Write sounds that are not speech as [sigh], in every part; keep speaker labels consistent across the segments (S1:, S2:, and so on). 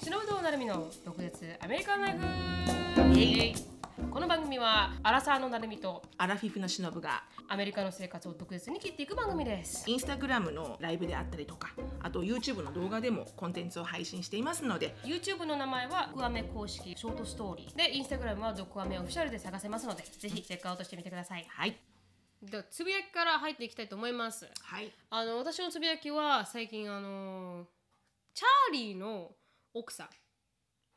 S1: 篠本成美の独舌アメリカンライフこの番組はアラサーの成美と
S2: アラフィフの忍が
S1: アメリカの生活を独舌に切っていく番組です
S2: インスタグラムのライブであったりとかあと YouTube の動画でもコンテンツを配信していますので
S1: YouTube の名前はドクアメ公式ショートストーリーで Instagram はドクアメオフィシャルで探せますのでぜひチェックアウトしてみてください
S2: はい
S1: ではつぶやきから入っていきたいと思います
S2: はい
S1: あの私のつぶやきは最近あのチャーリーの奥さん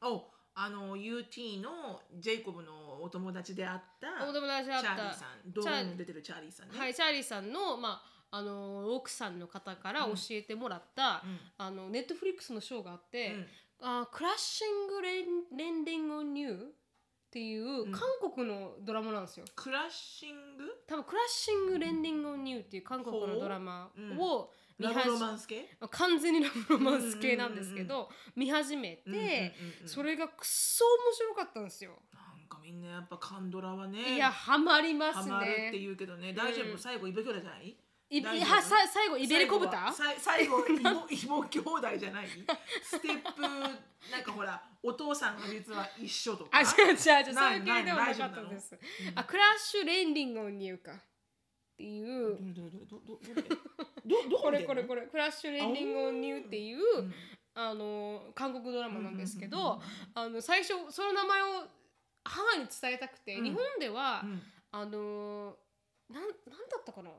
S2: おあの UT のジェイコブのお友達であった
S1: お友達だっ
S2: チャーリー
S1: た
S2: さん動画にも出てるチャーリーさんね
S1: はい、チャーリーさんの、まああのー奥さんの方から教えてもらった、
S2: うん
S1: あのネットフリックスのショーがあって
S2: う
S1: 「
S2: ん
S1: あクラッシング・レンレンディング・オン・ユー」っていう
S2: うん
S1: 韓国のドラマなんですよ。
S2: クラッシング
S1: 多分クラッシング・レンディング・オン・ユーっていう韓国のドラマを見
S2: ラブ
S1: 始
S2: ロマンス系
S1: 完全にラブロマンス系なんですけど、見始めて、
S2: うんうんうんうん
S1: それがくっそ面白かったんですよ。
S2: なんかみんなやっぱカンドラはね
S1: いやハマりま
S2: ハ
S1: す
S2: マるって
S1: ね。
S2: 言うけどね大丈
S1: う
S2: 夫
S1: ん
S2: 最後イベキョラじゃない
S1: い
S2: 大
S1: い
S2: 丈夫
S1: やさ最後イベリコ豚
S2: 最後はさい最後イモイモ兄弟じゃないステップなんかほらお父さんが実は一緒とか
S1: あ、違う違う違う、そう
S2: ない
S1: いう系では
S2: な
S1: ないかったんです。
S2: うん
S1: あ、クラッシュレンディングを言うか。っていう、
S2: どれどれどどどれどど
S1: こ
S2: こ
S1: れ
S2: れ
S1: これこれ、クラッシュレンディングを言うっていう、
S2: うん
S1: あの、韓国ドラマなんですけ
S2: うんうんうん
S1: ど、あの、最初、その名前を母に伝えたくて、
S2: うん
S1: 日本では
S2: う、ん
S1: あの、なん、なんだったかな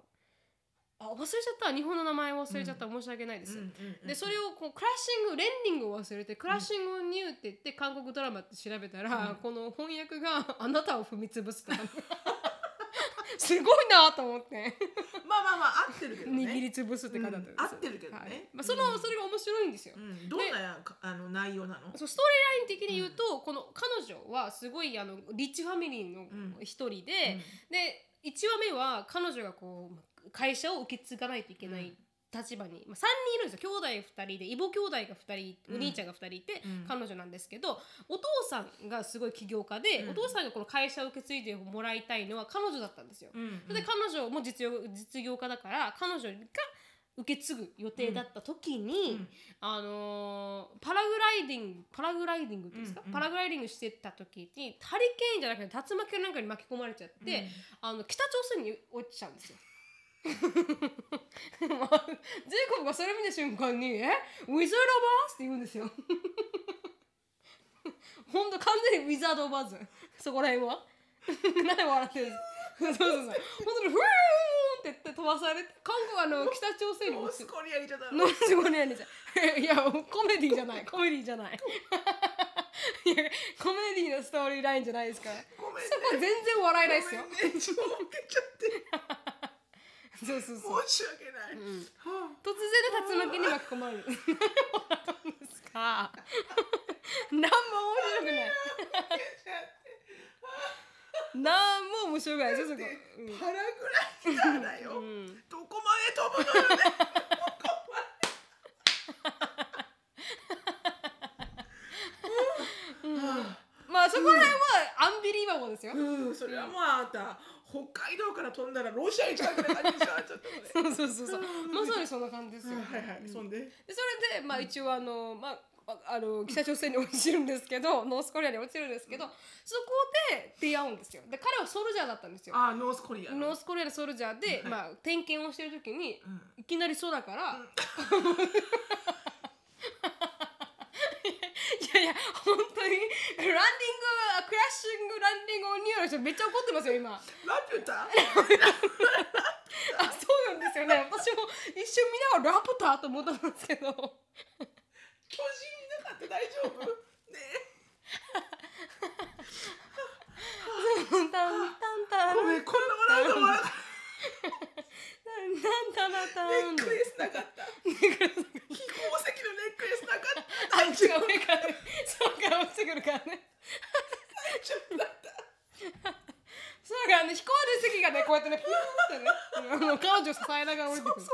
S1: あ、忘れちゃった。日本の名前忘れちゃった。申し訳ないです。でそれ
S2: を
S1: をこうクラッシングレンディングを忘れてクラッシングニューって言って韓国ドラマって調べたら、
S2: うん
S1: この翻訳が [laughs] 「あなたを踏み潰す」って [laughs] すごいなと思って
S2: まあまあまあ合ってるけどね
S1: 握り潰すって方だったんですよ、
S2: うん合ってるけどね
S1: はいまあ、その、
S2: うん
S1: それが面白いんですよ、
S2: うんどんなやかあの内容なの
S1: そうストーリーライン的に言うと、この彼女はすごいあのリッチファミリーの
S2: ん
S1: 一人で、で1話目は彼女がこう会社を受け継がないといけな
S2: う
S1: い
S2: ん
S1: 立場に、まあ、3人いるんですよ兄弟2人で異母兄弟が2人
S2: うん
S1: お兄ちゃんが2人いて、
S2: うん
S1: 彼女なんですけどお父さんがすごい起業家で、
S2: うん
S1: お父さんがこの会社を受け継いでもらいたいのは彼女だったんですよ。
S2: うん
S1: それで彼女も実業実業家だから彼女が受け継ぐ予定だった時に、
S2: うん
S1: あのーパラグライディングパラグライディングっていうんですか、
S2: うんうん
S1: パラグライディングしてた時にハリケーンじゃなくて竜巻なんかに巻き込まれちゃって、
S2: うん
S1: あの北朝鮮に落ちちゃうんですよ。ジェイコブがそれ見た瞬間に「えウィザード・オブ・アース」って言うんですよ。ほんと完全にウィザード・オブ・アースそこら辺は何笑ってるん [laughs] ですそうそうそうほんとに「フーン!」って言って飛ばされて韓国あの北朝鮮に
S2: ノー
S1: 落ち
S2: スコリアにいちゃった
S1: ノースコリアにじゃ [laughs] いやコメディじゃないコメディじゃない [laughs] いやコメディのストーリーラインじゃないですからそ
S2: ごめんね
S1: こ全然笑えないですよ
S2: ごめんねちょっと受けちゃって
S1: そうそうそう
S2: 申し訳ない、
S1: うん
S2: はあ
S1: 突然の竜巻に巻き込まれる。何もあるんですか。何も面白くない。 [laughs] 何も面白くないですよ、そこ。
S2: パラグライダーだよ、
S1: うんうん
S2: どこまで飛ぶのよね
S1: うん
S2: は
S1: まあ、そこら辺はアンビリーバボーですよ
S2: あ。うんそれはもうあなた北海道から飛んだらロシアに近くな感じでしょちょっとね
S1: そうそうそうそう。まさにそんな感じですよ。
S2: はいはい、そんで
S1: でそれでまあ一応あの、まあああの北朝鮮に落ちるんですけ [laughs] どノースコリアに落ちるんですけど、そこで出会うんですよで彼はソルジャーだったんですよ
S2: あーノースコリア
S1: ノースコリアのソルジャーで、
S2: はい
S1: まあ、点検をしてる時に
S2: うん
S1: いきなりそうだ [laughs] から、いやいや本当にランディングクラッシングランディングオンニューの人めっちゃ怒ってますよ [laughs] 今あ
S2: ラピュタ
S1: そうなんですよね私も一瞬見ながらラプターと思ったんですけど
S2: 巨人いなかった大丈夫ね
S1: [laughs] タンタンタンタン
S2: ごめんこんな笑うと思わなかっ
S1: タンタンタ
S2: た
S1: ン
S2: ネックレスなかった飛行石のネックレスなかっ
S1: あ
S2: た大
S1: 違う
S2: 丈夫
S1: 上からねそうから落ちてくるからね
S2: 大丈夫だった
S1: そうからね飛行で席がねこうやってねピューってねあの彼女を支えながら降りてくる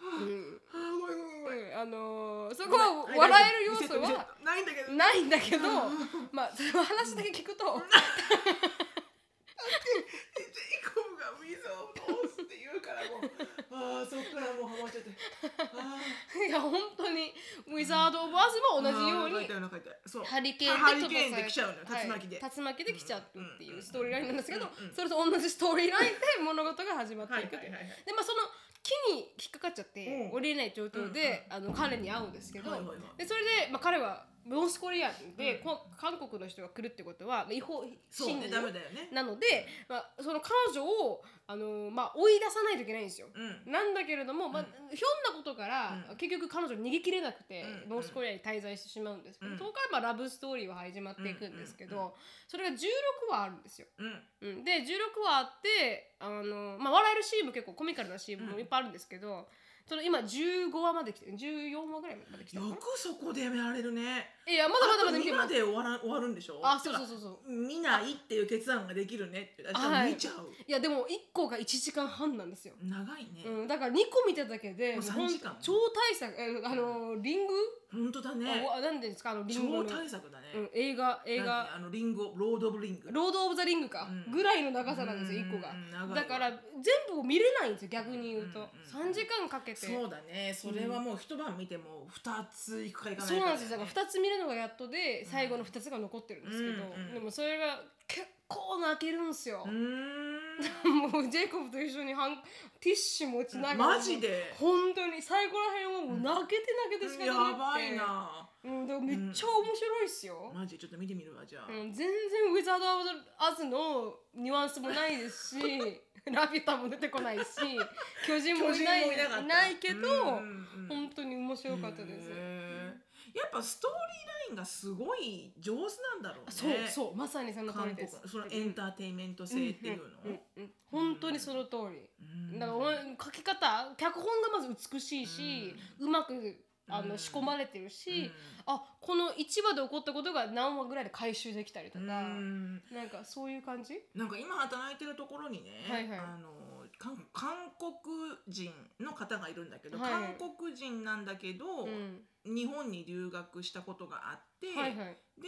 S1: うん
S2: あーごめんごめんごめん
S1: うんあのーそこ
S2: ごめ
S1: は
S2: ん
S1: 笑える要素
S2: 見せて見せ
S1: は
S2: てないんだけど
S1: ないんだけど、まあその話だけ聞くと、
S2: ジェイコブがウィザーを通すって言うからもうああそっからもうハマっちゃってああ
S1: いや本当にウィザード・オブ・アアズも [laughs] 同じよう
S2: あー書い
S1: に
S2: たよな書いたよそう
S1: ハリケーンで
S2: ハリケーンで来ちゃうのよ
S1: はい
S2: 竜巻で、
S1: 竜巻で来ちゃうっていうストーリーラインなんですけど、
S2: うんうん
S1: それと同じストーリーラインで物事が始まって
S2: はい
S1: い
S2: はい
S1: くと
S2: はい
S1: いう。
S2: はい
S1: でまあその木に引っかかっちゃって、
S2: うん
S1: 降りれない状況で、あの彼に会うんですけど、
S2: はいはいはい
S1: でそれで、まあ、彼はノースコリアンで、
S2: うん
S1: こ韓国の人が来るってことは、まあ、違法
S2: そう
S1: 侵
S2: ね
S1: 入
S2: ダメだよね
S1: なので、まあ、その彼女を、あのーまあ、追い出さないといけないんですよ。
S2: うん
S1: なんだけれども、まあ
S2: うん
S1: ひょんなことから、
S2: うん
S1: 結局彼女逃げきれなくて、
S2: うん
S1: ノースコリアに滞在してしまうんですけど、
S2: うん
S1: そこからまあラブストーリーは始まっていくんですけど、
S2: うんうん
S1: それが16話あるんですよ。
S2: うん
S1: うん、で16話あってあの、まあ、笑えるシーンも結構コミカルなシーンもいっぱいあるんですけど、その今15話まで来て14話ぐらいまで来たの
S2: よ
S1: か
S2: くそこでやめられるね
S1: ないやまだまだまだ見て
S2: 今
S1: ます
S2: で終わら終わるんでしょ
S1: あそうそうそうそう
S2: だから見ないっていう決断ができるねって私
S1: は
S2: はい見ちゃう、
S1: いやでも1個が1時間半なんですよ、
S2: 長いね、
S1: うん、だから2個見ただけで
S2: もう3
S1: ほん
S2: 時間
S1: 超大作えあのリング、
S2: ほんとだね
S1: あなんていうんですかあのリンゴ
S2: 超
S1: の、
S2: 大作だね、
S1: うん、映画映
S2: 何
S1: 画
S2: あのリンゴロード・オブ・リング
S1: ロード・オブ・ザ・リングか、
S2: うん
S1: ぐらいの長さなんですよ1個が
S2: うん長いわ
S1: だから全部を見れないんですよ逆に言うと、
S2: うんうん
S1: 3時間かけて
S2: そうだねそれはもう一晩見ても2ついくかいかな
S1: そ
S2: いうか
S1: なん
S2: ね
S1: ですよだから2つ見るのがやっとで最後の2つが残ってるんですけど、
S2: うんうん
S1: でもそれが結構泣けるんですよ
S2: う、ー
S1: [laughs] もうジェイコブと一緒にハンティッシュ持ちなが
S2: ん
S1: ら
S2: マジで
S1: 本当に最後らへんはもう泣けて泣けてしか
S2: や
S1: なく
S2: ば
S1: て、
S2: いな
S1: うん、でもめっちゃ面白いっすよ、
S2: マジちょっと見てみるわじゃあ、
S1: うん、全然ウィザード・アズのニュアンスもない
S2: [laughs]
S1: ですし「ラピュタ」も出てこないし巨人もいない
S2: 巨人もいなかった
S1: ないけど、
S2: うんうんうん
S1: 本当に面白かったです、
S2: へーやっぱストーリーラインがすごい上手なんだろうね
S1: そうそうまさにその通
S2: 韓
S1: り
S2: 国
S1: です
S2: そのエンターテインメント性っていうの、
S1: うんうんうん本当にその通り、
S2: うん
S1: だからお前書き方脚本がまず美しいし、うまくあの、
S2: うん
S1: 仕込まれてる
S2: うん
S1: し、あこの1話で起こったことが何話ぐらいで回収できたりとか、
S2: うん
S1: なんかそういう感じ
S2: なんか今働いてるところにね、
S1: はいはい
S2: あの韓韓国人の方がいるんだけど、
S1: はいはい
S2: 韓国人なんだけど、
S1: うん、
S2: 日本に留学したことがあって、
S1: はいはい
S2: で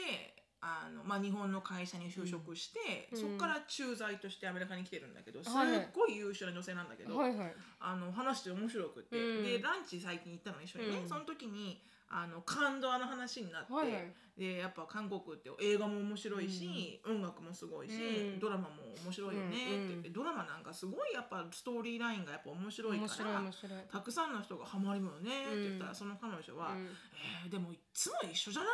S2: あの、まあ、日本の会社に就職して、
S1: うん
S2: そこから駐在としてアメリカに来てるんだけどすっ
S1: はいはい
S2: ごい優秀な女性なんだけど、
S1: はいはい
S2: あの話して面白くて、
S1: うん
S2: でランチ最近行ったの一緒にね、
S1: うん
S2: その時にあの感動の話になって、
S1: はいはい
S2: でやっぱ韓国って映画も面白いし、音楽もすごいし、
S1: うん
S2: ドラマも面白いよねって言って、
S1: う
S2: ドラマなんかすごいやっぱストーリーラインがやっぱ面白い
S1: 面
S2: か
S1: 白い
S2: ら
S1: 面。白い
S2: たくさんの人がハマるよねって言ったら、
S1: うん
S2: その彼女は、
S1: うん
S2: えーでもいつも一緒じゃな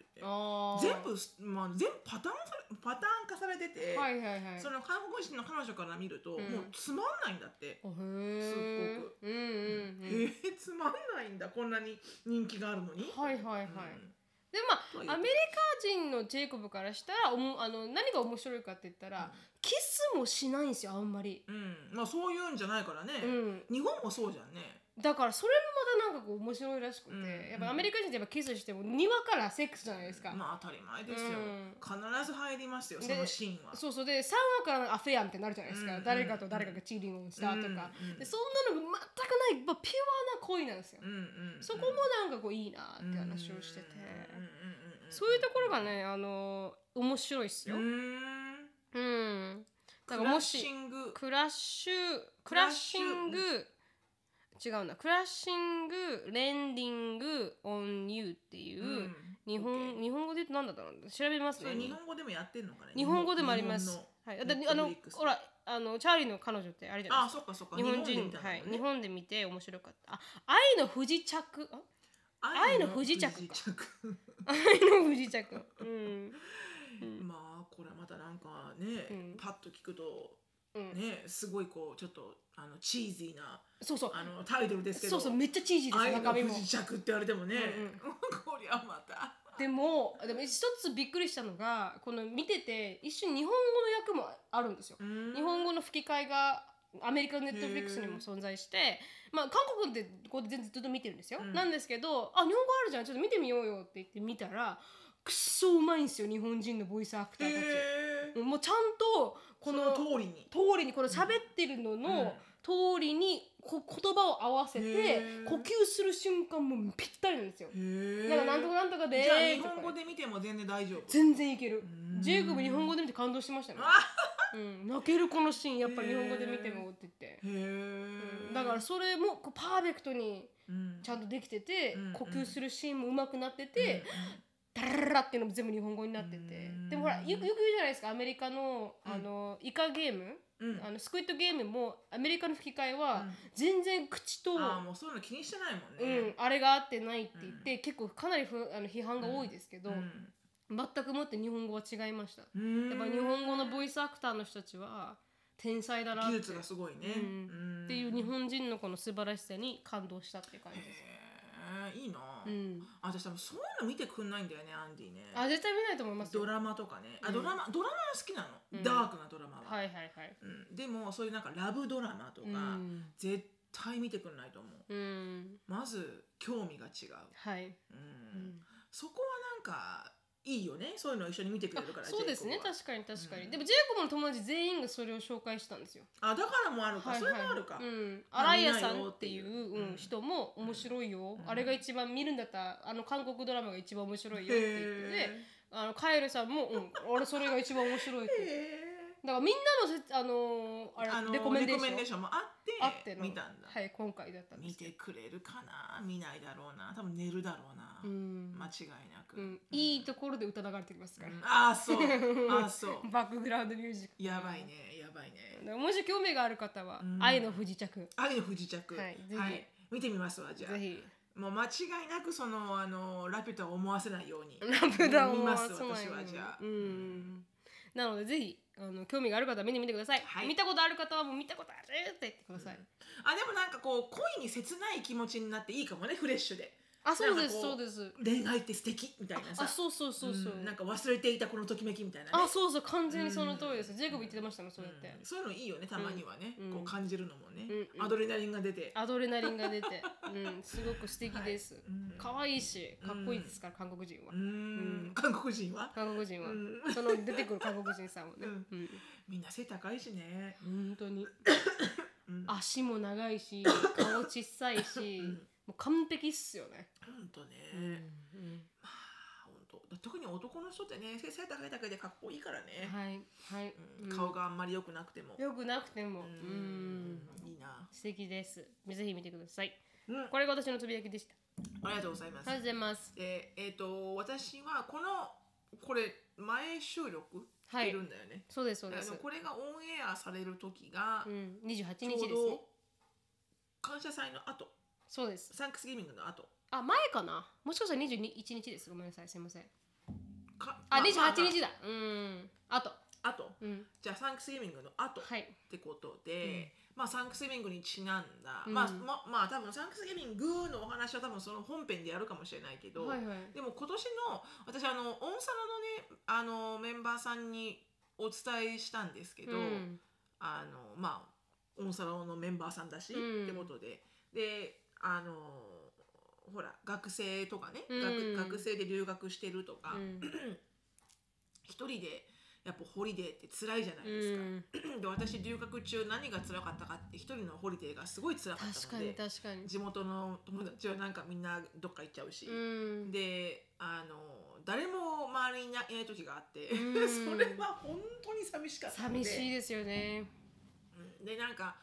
S2: いって言って
S1: あー
S2: 全部す、まあ、全部パターンされパターン化されてて、
S1: はいはいはい
S2: その韓国人の彼女から見る
S1: うん
S2: と、もうつまんないんだって。
S1: おへー
S2: すっ
S1: う
S2: ご
S1: んうんうん、
S2: えーつまんないんだこんなに人気があるのに。
S1: はいはいはい、で
S2: うん
S1: まあアメリカ人のジェイコブからしたらおもあの何が面白いかって言ったら、キスもしないんですよあんまり、
S2: うん、まあそういうんじゃないからね、
S1: うん、
S2: 日本もそうじゃんね。
S1: だからそれもまたなんかこう面白いらしくて、
S2: うん
S1: やっぱアメリカ人ってやっぱキスしても庭からセックスじゃないですか、
S2: まあ当たり前ですよ、
S1: うん
S2: 必ず入りますよそ
S1: で
S2: のシーンは。
S1: そうそうで3話からのアフェアみたいになるじゃないですか、
S2: うん
S1: 誰かと誰かがチーリングをしたとか、
S2: うんうん
S1: でそんなの全くない、まあ、ピュアな恋なんですよ、
S2: うんうんうん
S1: そこもなんかこういいなって話をしてて、
S2: うんうんうんうん
S1: そういうところがねあの面白いっすよ
S2: う。ーん
S1: うん。だから
S2: クラ
S1: も
S2: ッシ
S1: し
S2: ング
S1: クラッシュクラッシング違うなクラッシングレンディングオンユーっていう、
S2: うん
S1: 日
S2: OK
S1: 本日本語で言うと何だったの調べます
S2: それ日本語でもやってんのかね
S1: 日本語でもあります。はい。だってあの
S2: Netflix
S1: ほらあのチャーリーの彼女ってあれじゃない
S2: あ
S1: ですか。
S2: そっかそっか
S1: 日本人
S2: で見たの
S1: はい
S2: ね
S1: 日本で見て面白かった。あ愛の不時着あ [laughs] 愛の不時着か
S2: 不時着
S1: 愛の不時着。うんうん
S2: [laughs] まあこれまたなんかね、
S1: うん
S2: パッと聞くと
S1: うん。
S2: ねすごいこうちょっとあのチーズィーな
S1: そうそう。
S2: あのタイトルですけど
S1: そうそうめっちゃチージーです
S2: 愛
S1: よ
S2: の
S1: 中身
S2: 不
S1: も。
S2: 時着って言われてもね、
S1: うんうん
S2: [laughs] こりゃまた
S1: でもでも一つびっくりしたのがこの見てて一瞬日本語の訳もあるんですよ。日本
S2: 語
S1: 語の吹き替えがアメリカのネットフリックスにも存在して、まあ、韓国でこう全然ずっと見てるんですよ、
S2: うん
S1: なんですけど「あ日本語あるじゃんちょっと見てみようよ」って言って見たらくっそうまいんですよ日本人のボイスアクターたち。
S2: えー、
S1: もうちゃんとこ
S2: こ
S1: の
S2: の
S1: 通
S2: 通りに
S1: りにこの喋ってるの
S2: うん
S1: の通りにこ言葉を合わせ
S2: へ
S1: て
S2: ー
S1: 呼吸する瞬間もぴったりなんですよ。
S2: へえ
S1: なんかなんとかなんとかでー
S2: じゃあ日
S1: とか
S2: 本語で見ても全然大丈夫
S1: 全然いける
S2: うーん
S1: ジェイコブ日本語で見て感動してましたね
S2: あ
S1: うん、泣けるこのシーンやっぱ日本語で見てもって言って、
S2: へ
S1: う
S2: え
S1: んだからそれもこうパーフェクトにちゃんとできてて、
S2: うん
S1: 呼吸するシーンもうまくなってて、ダラララっていうのも全部日本語になってて、
S2: うん
S1: でもほらよくよく言うじゃないですかアメリカの
S2: うん
S1: あの、イカゲーム、
S2: うんうんうん
S1: あのスクイットゲームもアメリカの吹き替え
S2: う
S1: は
S2: ん
S1: 全然口と、
S2: ああもうそういうの気にしてないもん
S1: う
S2: ね
S1: ん、あれが合ってないって言って、結構かなりふあの批判が多いですけど、
S2: ん
S1: 全くもって日本語は違いました。
S2: うん
S1: やっぱ日本語のボイスアクターの人たちは天才だなっ
S2: 技
S1: て
S2: 術がすごいね
S1: うん
S2: ん
S1: っていう日本人のこの素晴らしさに感動したって感じです。
S2: へえいいな
S1: うん、
S2: あ私多分そういうの見てくんないんだよねアンディね
S1: あ絶対見ないと思いますよ。
S2: ド
S1: はい
S2: ラマとかねあ
S1: うん
S2: ドラマドラマは好きな
S1: うん
S2: のダークなドラマ
S1: は
S2: はい
S1: はい。
S2: うんでもそういうなんかラブドラマと
S1: う
S2: か
S1: ん、
S2: 絶対見てくんないと思
S1: う
S2: う
S1: ん、
S2: まず興味が違う
S1: はい。
S2: う
S1: うんん
S2: そこはなんかいいよねそういうのを一緒に見てくれるから
S1: あそうですね
S2: ジェイコブは
S1: 確かに確かに、
S2: うん
S1: でもジェイコブの友達全員がそれを紹介したんですよ。
S2: あだからもあるか、それもあるか、
S1: うん、
S2: まあ
S1: アライアさんっていう
S2: 見ないよっていう
S1: う、
S2: うんん
S1: 人も面白いよ、
S2: うん
S1: あれが一番見るんだったらあの韓国ドラマが一番面白いよって言って
S2: へ
S1: てあのカエルさんも、うん、俺それが一番面白いっ
S2: え
S1: て
S2: [laughs]
S1: だからみんなのせあのーあれ、
S2: あの
S1: レ
S2: レ
S1: コ
S2: コ
S1: メ
S2: メ
S1: ン
S2: ン
S1: デ
S2: デ
S1: ーション
S2: ーションもあって
S1: あっての
S2: 見たんだ、
S1: はい今回だったんで
S2: 見
S1: すけど
S2: てくれるかな見ないだろうな多分寝るだろうな、
S1: うん、
S2: 間違いなく、
S1: うん、いいところで歌流れてきますから、
S2: ああそう
S1: [laughs]
S2: ああそう
S1: バックグラウンドミュージック
S2: やばいねやばいね
S1: もし興味がある方は「
S2: うん
S1: 愛の不時着
S2: 愛の不時着
S1: はいぜひ
S2: 見てみますわ」じゃ
S1: ぜひ
S2: あもう間違いなくそのあのラピュタを思わせないように
S1: ラブダを
S2: 見ます
S1: 忘れない
S2: 私はじゃあ
S1: うんなのでぜひあの興味がある方は見てみてください、
S2: はい
S1: 見たことある方はもう見たことあるって言ってください、
S2: うんあでもなんかこう恋に切ない気持ちになっていいかもねフレッシュで
S1: あそうです
S2: な
S1: そ
S2: ん
S1: う
S2: か
S1: です
S2: 恋愛って素敵みたいなさ
S1: あそうそうそうそう、
S2: んなんか忘れていたこのときめきみたいなね
S1: あそうそう完全にその通りです、ジェイコブ言ってましたもんそうやって、
S2: うんそういうのいいよねたまにはね、
S1: うん
S2: こう感じるのもね、
S1: うんうん
S2: アドレナリンが出て、
S1: アドレナリンが出て、うん、すごく素敵です、
S2: うん
S1: 可愛いしかっこいいですから、韓国人は
S2: うーん
S1: うん
S2: 韓国人は
S1: 韓国人は、
S2: うん
S1: その出てくる韓国人さんもね、うん
S2: みんな背高いしね、
S1: 本当に
S2: うん、
S1: 足も長いし顔小さいし、
S2: うん
S1: もう完璧っすよね、
S2: ほんとね、
S1: うん
S2: まあほんと特に男の人ってね背背高いだけでかっこいいからね、
S1: はいはい、
S2: う
S1: うんん
S2: 顔があんまり良くなくても
S1: 良くなくても
S2: う
S1: うんん
S2: いいな、
S1: 素敵ですぜひ見てください
S2: うん、あ
S1: これが私のつぶやきでした
S2: りがとうございます、
S1: ありがとうございます
S2: でえっ、と私はこのこれ前収録
S1: はい
S2: いるんだよね、
S1: そうですそうで
S2: あ
S1: す
S2: のこれがオンエアされる時が、
S1: うん、28日です
S2: ちょう
S1: ね
S2: ど感謝祭の後
S1: そうです
S2: サンクスギビングの後
S1: あ前かなもしかしたら21日ですごめんなさいすいません
S2: か
S1: あ、
S2: ま
S1: 二十八
S2: ま
S1: 日だ。うん。あと。
S2: あ後
S1: うん。
S2: じゃあサンクスギビングの後っ
S1: はい。
S2: てことで、まあサンクスギビングにちなんだ、
S1: うん
S2: まあままあ多分サンクスギビングのお話は多分その本編でやるかもしれないけど、
S1: はいはい。
S2: でも今年の私あのオンサロのねあのメンバーさんにお伝えしたんですけど、
S1: うん。
S2: あのまあオンサロのメンバーさんだし、
S1: うん
S2: ってことでであのほら学生とかね、
S1: うん
S2: 学学生で留学してるとか、
S1: うん
S2: 一人でやっぱホリデーって辛いじゃないうですか、
S1: ん。
S2: で私留学中何が辛かったかって一人のホリデーがすごい辛かっ
S1: 確
S2: た
S1: か
S2: の
S1: に
S2: で
S1: 確かに。
S2: 地元の友達はなんかみんなどっか行っちゃうし、
S1: うん。
S2: であの誰も周りにいない時があって、
S1: うん
S2: [laughs] それは本当に寂しかったの
S1: 寂
S2: で
S1: しいですよね。
S2: うんでなんか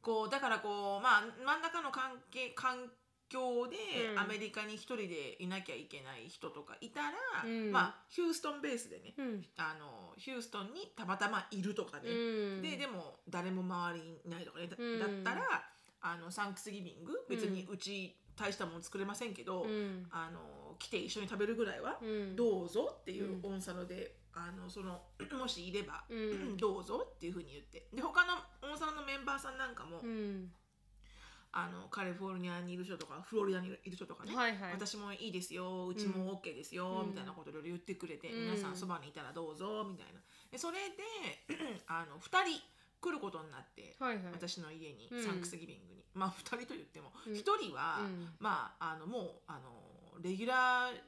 S2: こうだからこうまあ何らかの関係環境で
S1: うん
S2: アメリカに一人でいなきゃいけない人とかいたら、
S1: うん
S2: まあヒューストンベースでね、
S1: うん。
S2: あのヒューストンにたまたまいるとか
S1: う
S2: ね、
S1: ん。
S2: ででも誰も周りにいないとかねだ,、
S1: うん
S2: だったらあのサンクスギビング別にうち大したもの作れませんけど、
S1: うん。
S2: あの来て一緒に食べるぐらいは
S1: うん。う。
S2: どうぞっていう
S1: う
S2: オンサロで、あのその [clears throat] もしいれば
S1: うん。
S2: どうぞっていうふうに言ってで他のオンサロのメンバーさんなんかも、
S1: うん。
S2: あのカリフォルニアにいる人とかフロリダにいる人とかね、
S1: はいはい。
S2: 私もいいですようちも OK ですよ、
S1: うん
S2: みたいなこといろいろ言ってくれて、
S1: うん
S2: 皆さんそばにいたらどうぞみたいなでそれで [clears throat] あの2人来ることになって、
S1: はいはい。
S2: 私の家に、
S1: うん
S2: サンクスギビングにまあ2人と言っても、
S1: うん
S2: 1人は、
S1: うん。
S2: まああのもうあのレギュラー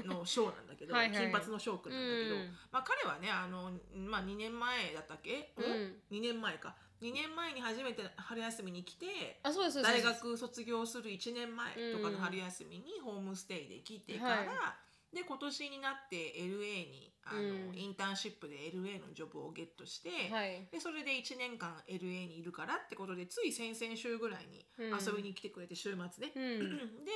S2: 人のショーなんだけど
S1: [laughs] はいはい
S2: 金髪のショー君なんだけど、
S1: うん
S2: まあ、彼はねあの、まあ、2年前だったっけ、
S1: う
S2: お
S1: ん。
S2: 2年前か2年前に初めて春休みに来て
S1: あ、そうです。そうです
S2: 大。学卒業する1年前とかの春休みにホームステイで来てから、
S1: はい
S2: で今年になって LA にあの、
S1: うん
S2: インターンシップで LA のジョブをゲットして、
S1: はい、
S2: でそれで1年間 LA にいるからってことでつい先々週ぐらいに
S1: うん
S2: 遊びに来てくれて週末ね、
S1: う
S2: [clears throat] で
S1: ん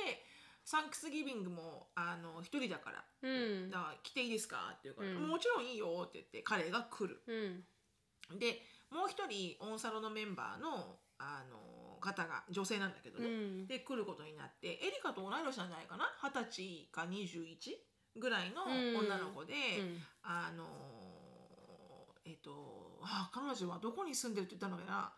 S2: サンクスギビングもあの一人だから
S1: うん
S2: だから来ていいですか?」って言うから、
S1: うん
S2: もちろんいいよ」って言って彼が来る。
S1: うん
S2: でもう一人オンサロのメンバーの、あの方が女性なんだけど
S1: う
S2: ね、
S1: ん
S2: で来ることになってエリカと同い年なんじゃないかな二十歳か21ぐらいの女の子で、
S1: うん
S2: あのえっとあ彼女はどこに住んでるって言ったのかな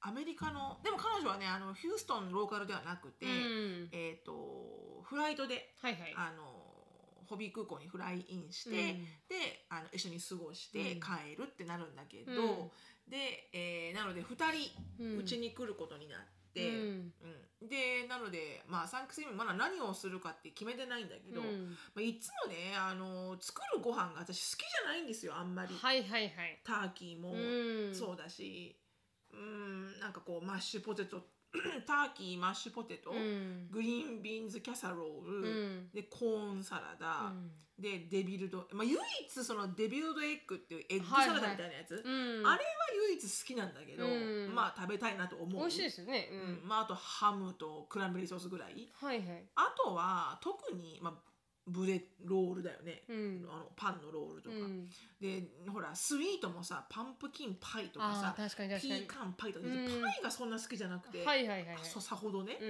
S2: アメリカのでも彼女はねあのヒューストンローカルではなくて、
S1: うん
S2: えっとフライトで
S1: はいはい
S2: あのホビー空港にフライインして、
S1: うん
S2: であの一緒に過ごして
S1: うん
S2: 帰るってなるんだけど、
S1: うん
S2: で、えーなので2
S1: うん
S2: 人うちに来ることになって、
S1: うん
S2: うんでなので、まあ、サンクスギビングまだ何をするかって決めてないんだけど、
S1: うん
S2: まあ、いつもねあの作るご飯が私好きじゃないんですよあんまり、
S1: はいはいはい
S2: ターキーも、
S1: うん
S2: そうだしうんなんかこうマッシュポテト [clears throat] ターキーマッシュポテト、
S1: うん
S2: グリーンビーンズキャサロール、
S1: うん
S2: でコーンサラダ、でデビルド、まあ、唯一そのデビルドエッグっていうエッグサラダみたいなやつ、
S1: うん
S2: あれは唯一好きなんだけど、
S1: うん
S2: まあ食べたいなと思う
S1: 美味しいですよねう
S2: うんんまあ、あとハムとクランベリーソースぐらい
S1: はいはい
S2: あとは特に、まあ、ブレロールだよね、
S1: うん
S2: あのパンのロールと
S1: う
S2: か、
S1: ん
S2: でほらスイートもさパンプキンパイとか
S1: あ
S2: さ
S1: あ確かに確
S2: ピ
S1: か
S2: ー
S1: に
S2: カンパイとか、
S1: うん
S2: パイがそんな好きじゃなくて、
S1: はいはいはいはい
S2: そさほどね、
S1: う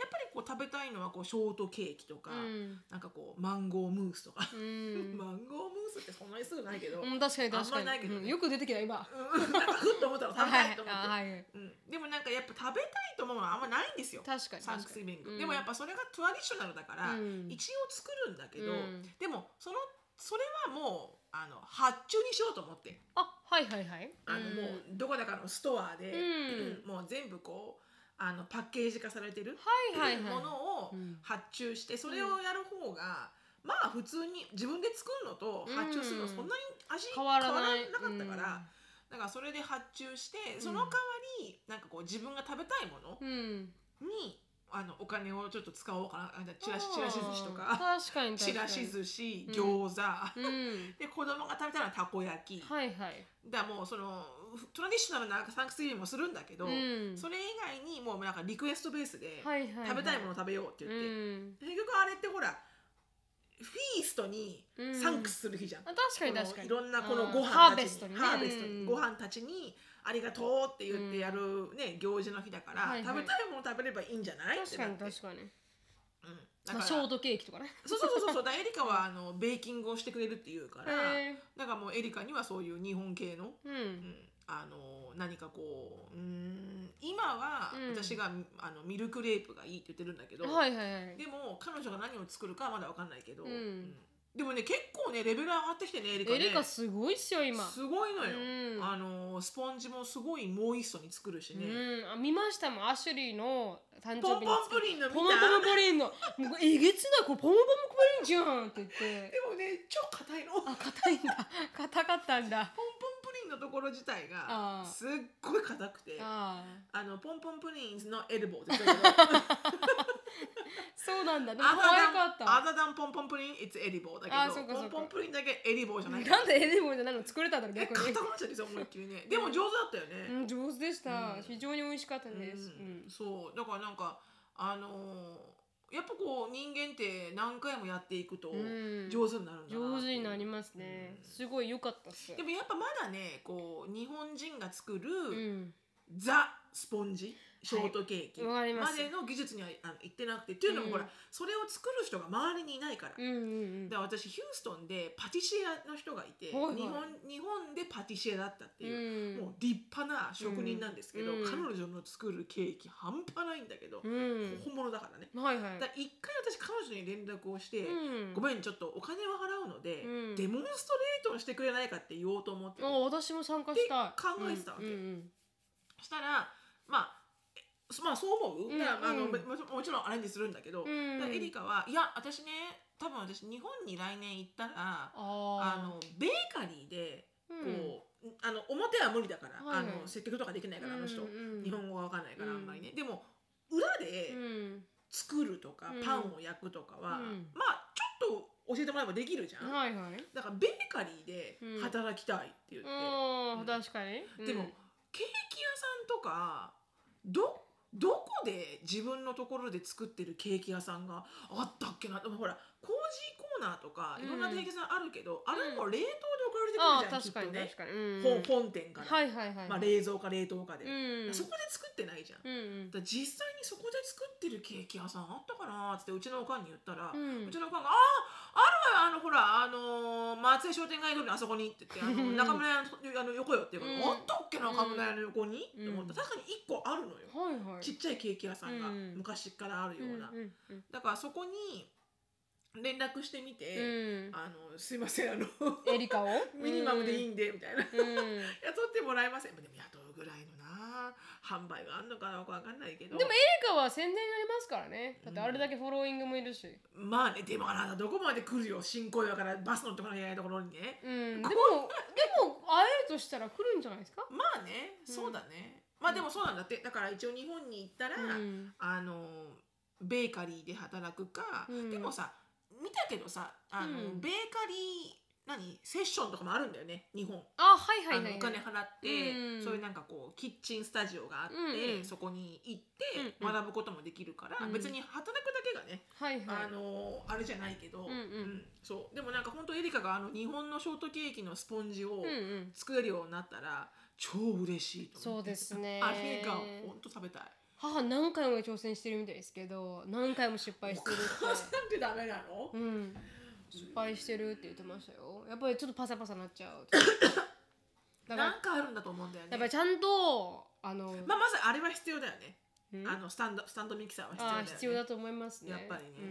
S2: やっ
S1: ん
S2: ぱりこう食べたいのはこうショートケーキとか、
S1: うん
S2: なんかこうマンゴームースとか
S1: うん
S2: [laughs] マンゴームースってそんなにすぐないけど、
S1: うん確かに確
S2: あ
S1: か
S2: んまない
S1: に
S2: けどね
S1: うんよく出てきた
S2: [laughs]
S1: 今
S2: うんなんかふっと思ったの食べたいと思って、
S1: あはいはい
S2: うん、でもなんかやっぱ食べたいと思うのはあんまないんですよ
S1: 確かに
S2: サンクスギビング、
S1: うん
S2: でもやっぱそれがトラディショナルだから、
S1: うん
S2: 一応作るんだけど、
S1: うん
S2: でもそのそれはもうあの発注にしようと思って
S1: あはいはいはい
S2: あの、
S1: うん
S2: もうどこだかのストアで、
S1: う
S2: もう全部こうあのパッケージ化されてる
S1: はいはいはい
S2: ものを
S1: うん
S2: 発注して、それをやる方が、まあ普通に自分で作るのと発注するの
S1: うん
S2: そんなに味
S1: 変わらない
S2: 変わらなかったから、だからそれで発注してその代わりなんかこう自分が食べたいもの
S1: うん
S2: に、あのお金をちょっと使おうかなあちらし
S1: あー
S2: ちらし寿司とか
S1: 確かに確か
S2: ち
S1: に
S2: らし寿司
S1: うん
S2: 餃子、
S1: うん
S2: で子供が食べたいのはたこ焼き、
S1: はいはい
S2: だからもうそのトラディショナルなサンクスギビングもするんだけど、
S1: うん
S2: それ以外にもうなんかリクエストベースで
S1: はいはいは
S2: 食べたいものを食べようって言って、
S1: うん
S2: 結局あれってほらフィーストに
S1: うん
S2: サンクスする日じゃん、
S1: あ確かに
S2: この
S1: 確かに
S2: いろんなこの
S1: あー
S2: ご飯たちに
S1: ハーベストにね
S2: ハーベスト
S1: うん
S2: にご飯たちにありがとうって言ってやる、ね行事の日だから、
S1: はいはい
S2: 食べたいもの食べればいいんじゃないって
S1: 確
S2: な
S1: か
S2: っ
S1: に
S2: て
S1: 確かに
S2: うん、だ
S1: まあ
S2: から
S1: ショートケーキとかね
S2: そうそうそうそうだからエリカはあのベーキングをしてくれるっていうから、
S1: へ
S2: だからもうエリカにはそういう日本系の、
S1: ーう
S2: うんん、あの何かこううーん今は
S1: うん
S2: 私が、あのミルクレープがいいって言ってるんだけど、
S1: はいはいはい
S2: でも彼女が何を作るかはまだ分かんないけど、
S1: うん
S2: うんでもね結構ねレベル上がってきてねエリカね
S1: エリカすごいっすよ今
S2: すごいのよ、
S1: うん
S2: あのスポンジもすごいモイストに作るし
S1: う
S2: ね、
S1: んあ見ましたもんアシュリーの誕生日
S2: ポン
S1: に
S2: ポンプリンの見た
S1: ポムポムプリンのもうえげつないこれポムポムプリンじゃんって言って
S2: でもね超硬いのポンポン
S1: あ硬いんだ [laughs] 硬かったんだ
S2: プリンのところ自体
S1: あ
S2: が
S1: ー
S2: すっごい硬くてあ
S1: ああ
S2: のポンポンプリンズのエルボーって言ってたけど
S1: そうなんだでも
S2: ア
S1: 可愛かっ
S2: ダダンア
S1: た
S2: ダダンポンポンプリン it's エリボーだ
S1: あー
S2: け
S1: そうかそ
S2: どポン
S1: うか
S2: ポンプリンだけエリボーじゃない
S1: なんでエディモンじゃないの作れたんだろう
S2: え
S1: 逆
S2: 硬く
S1: に
S2: なっちゃうんですよ思いっきりねでも上手だったよね、
S1: うん上手でした、
S2: うん
S1: 非常に美味しかったです、う
S2: うん
S1: ん
S2: そうだからなんかあのーやっぱこう人間って何回もやっていくと
S1: うん
S2: 上手になるんだな
S1: 上手になりますね、
S2: うん
S1: すごい良かったっす
S2: でもやっぱまだねこう日本人が作る、
S1: うん
S2: ザ・スポンジショートケーキ
S1: わか
S2: ま
S1: ります
S2: での技術にはあのいってなくてっていうのも
S1: うん
S2: ほら、それを作る人が周りにいないから、
S1: うんうんうん
S2: だから私ヒューストンでパティシエの人がいて、
S1: はいはい
S2: 日本日本でパティシエだったって
S1: う
S2: いう、
S1: ん
S2: もう立派な職人なんですけど、
S1: うん
S2: 彼女の作るケーキ半端ないんだけど、
S1: うん
S2: 本物だからね。
S1: はいはい
S2: だから一回私彼女に連絡をして、
S1: うん
S2: ごめんちょっとお金を払うので、
S1: うん
S2: デモンストレートをしてくれないかって言おうと思ってて
S1: あ私も参加したい
S2: で考えてたわけ
S1: うんうん
S2: したらまあえまあそう思う、
S1: うん
S2: だからあの
S1: うん
S2: もももちろんアレンジするんだけど、
S1: うん
S2: だからエリカはいや私ね多分私日本に来年行ったらあ
S1: あ
S2: のベーカリーで
S1: ー
S2: こ
S1: うん
S2: う、あの表は無理だから、
S1: はいはい
S2: あの接客とかできないからあの人、
S1: うんうん
S2: 日本語が分かんないからあんまりね、でも裏で
S1: うん
S2: 作るとか、
S1: うん
S2: パンを焼くとかは、
S1: うん
S2: まあちょっ教えてもらえばできるじゃん、
S1: はいはい
S2: だからベーカリーで働きたいって言って、
S1: うん、
S2: うん
S1: 確かに、うん
S2: でもケーキ屋さんとかどどこで自分のところで作ってるケーキ屋さんがあったっけなでもほらコージーコーナーとか
S1: うん
S2: いろんなケーキ屋さんあるけど、あれも冷凍で送ら
S1: あ
S2: れ
S1: あ
S2: てくるじ
S1: 確
S2: ゃ
S1: か
S2: ん、
S1: に
S2: きっとね
S1: 確かに、うん、
S2: 本本店から、
S1: はいはいはい、
S2: まあ、冷蔵か冷凍かで、
S1: うん
S2: そこで作ってないじゃん、
S1: うんうん
S2: だから実際にそこで作ってるケーキ屋さんあったかなっつってうちのおかんに言ったら、
S1: うん
S2: うちのおかんが「あああるわよあのほらあのー松江商店街通りのあそこに」って言って「あの
S1: うん
S2: 中村屋のあの横よ」って言うか
S1: う
S2: ら
S1: ん
S2: 「あったっけな中村屋の横に?」
S1: うん
S2: って思った確かに1個あるのよ、
S1: はいはい
S2: ちっちゃいケーキ屋さんが
S1: うん
S2: 昔からあるような、
S1: うんうんうん
S2: だからそこに連絡してみて「あのすいませ
S1: [laughs]
S2: んあの
S1: うん、エリカを
S2: [laughs] ミニマムでいい
S1: い、
S2: んで」みたいな。
S1: うんうん
S2: 雇ってもらえませんでも雇うぐらいのな販売があんのかなよくわかんないけど
S1: でもエリカは宣伝になりますからねだってあれだけフォローイングもいるし、
S2: まあねでもあなたどこまで来るよ新小岩からバス乗ってこなきゃいけないところにね
S1: うん、でも
S2: こ
S1: でも会えるとしたら来るんじゃないですか、
S2: まあね
S1: うん
S2: そうだね、まあでもそうなんだってだから一応日本に行ったら、
S1: うん、
S2: あのベーカリーで働くか、
S1: うん
S2: でもさ見たけどさあの、
S1: うん
S2: ベーカリー何セッションとかもあるんだよね日本、
S1: あはいはいはい、は
S2: あ
S1: い、
S2: のお金払って、
S1: うん
S2: そういうなんかこうキッチンスタジオがあって、
S1: うんうん
S2: そこに行っ
S1: う
S2: て
S1: んうん
S2: 学ぶこともできるから、
S1: うん
S2: 別に働くだけがね
S1: はいはい
S2: あのーあれじゃないけど、
S1: うんうん
S2: そうでもなんか本当エリカがあの日本のショートケーキのスポンジを
S1: うんうん
S2: 作れるようになったら超嬉しいと思って
S1: そうですね
S2: あれが本当食 [laughs] べたい
S1: 母何回も挑戦してるみたいですけど何回も失敗してるって
S2: お母さんってダメなの
S1: うん失敗してるって言ってましたよやっぱりちょっとパサパサなっち
S2: [coughs]
S1: ゃうってだから
S2: なんかあるんだと思うんだよ
S1: や
S2: ね
S1: っぱりちゃんとあの、
S2: まあ、まずあれは必要だよね
S1: うん
S2: あのスタンドスタンドミキサーは必要だ
S1: あ
S2: よ
S1: あ
S2: ね
S1: 必要だと思いますね
S2: やっぱりね
S1: う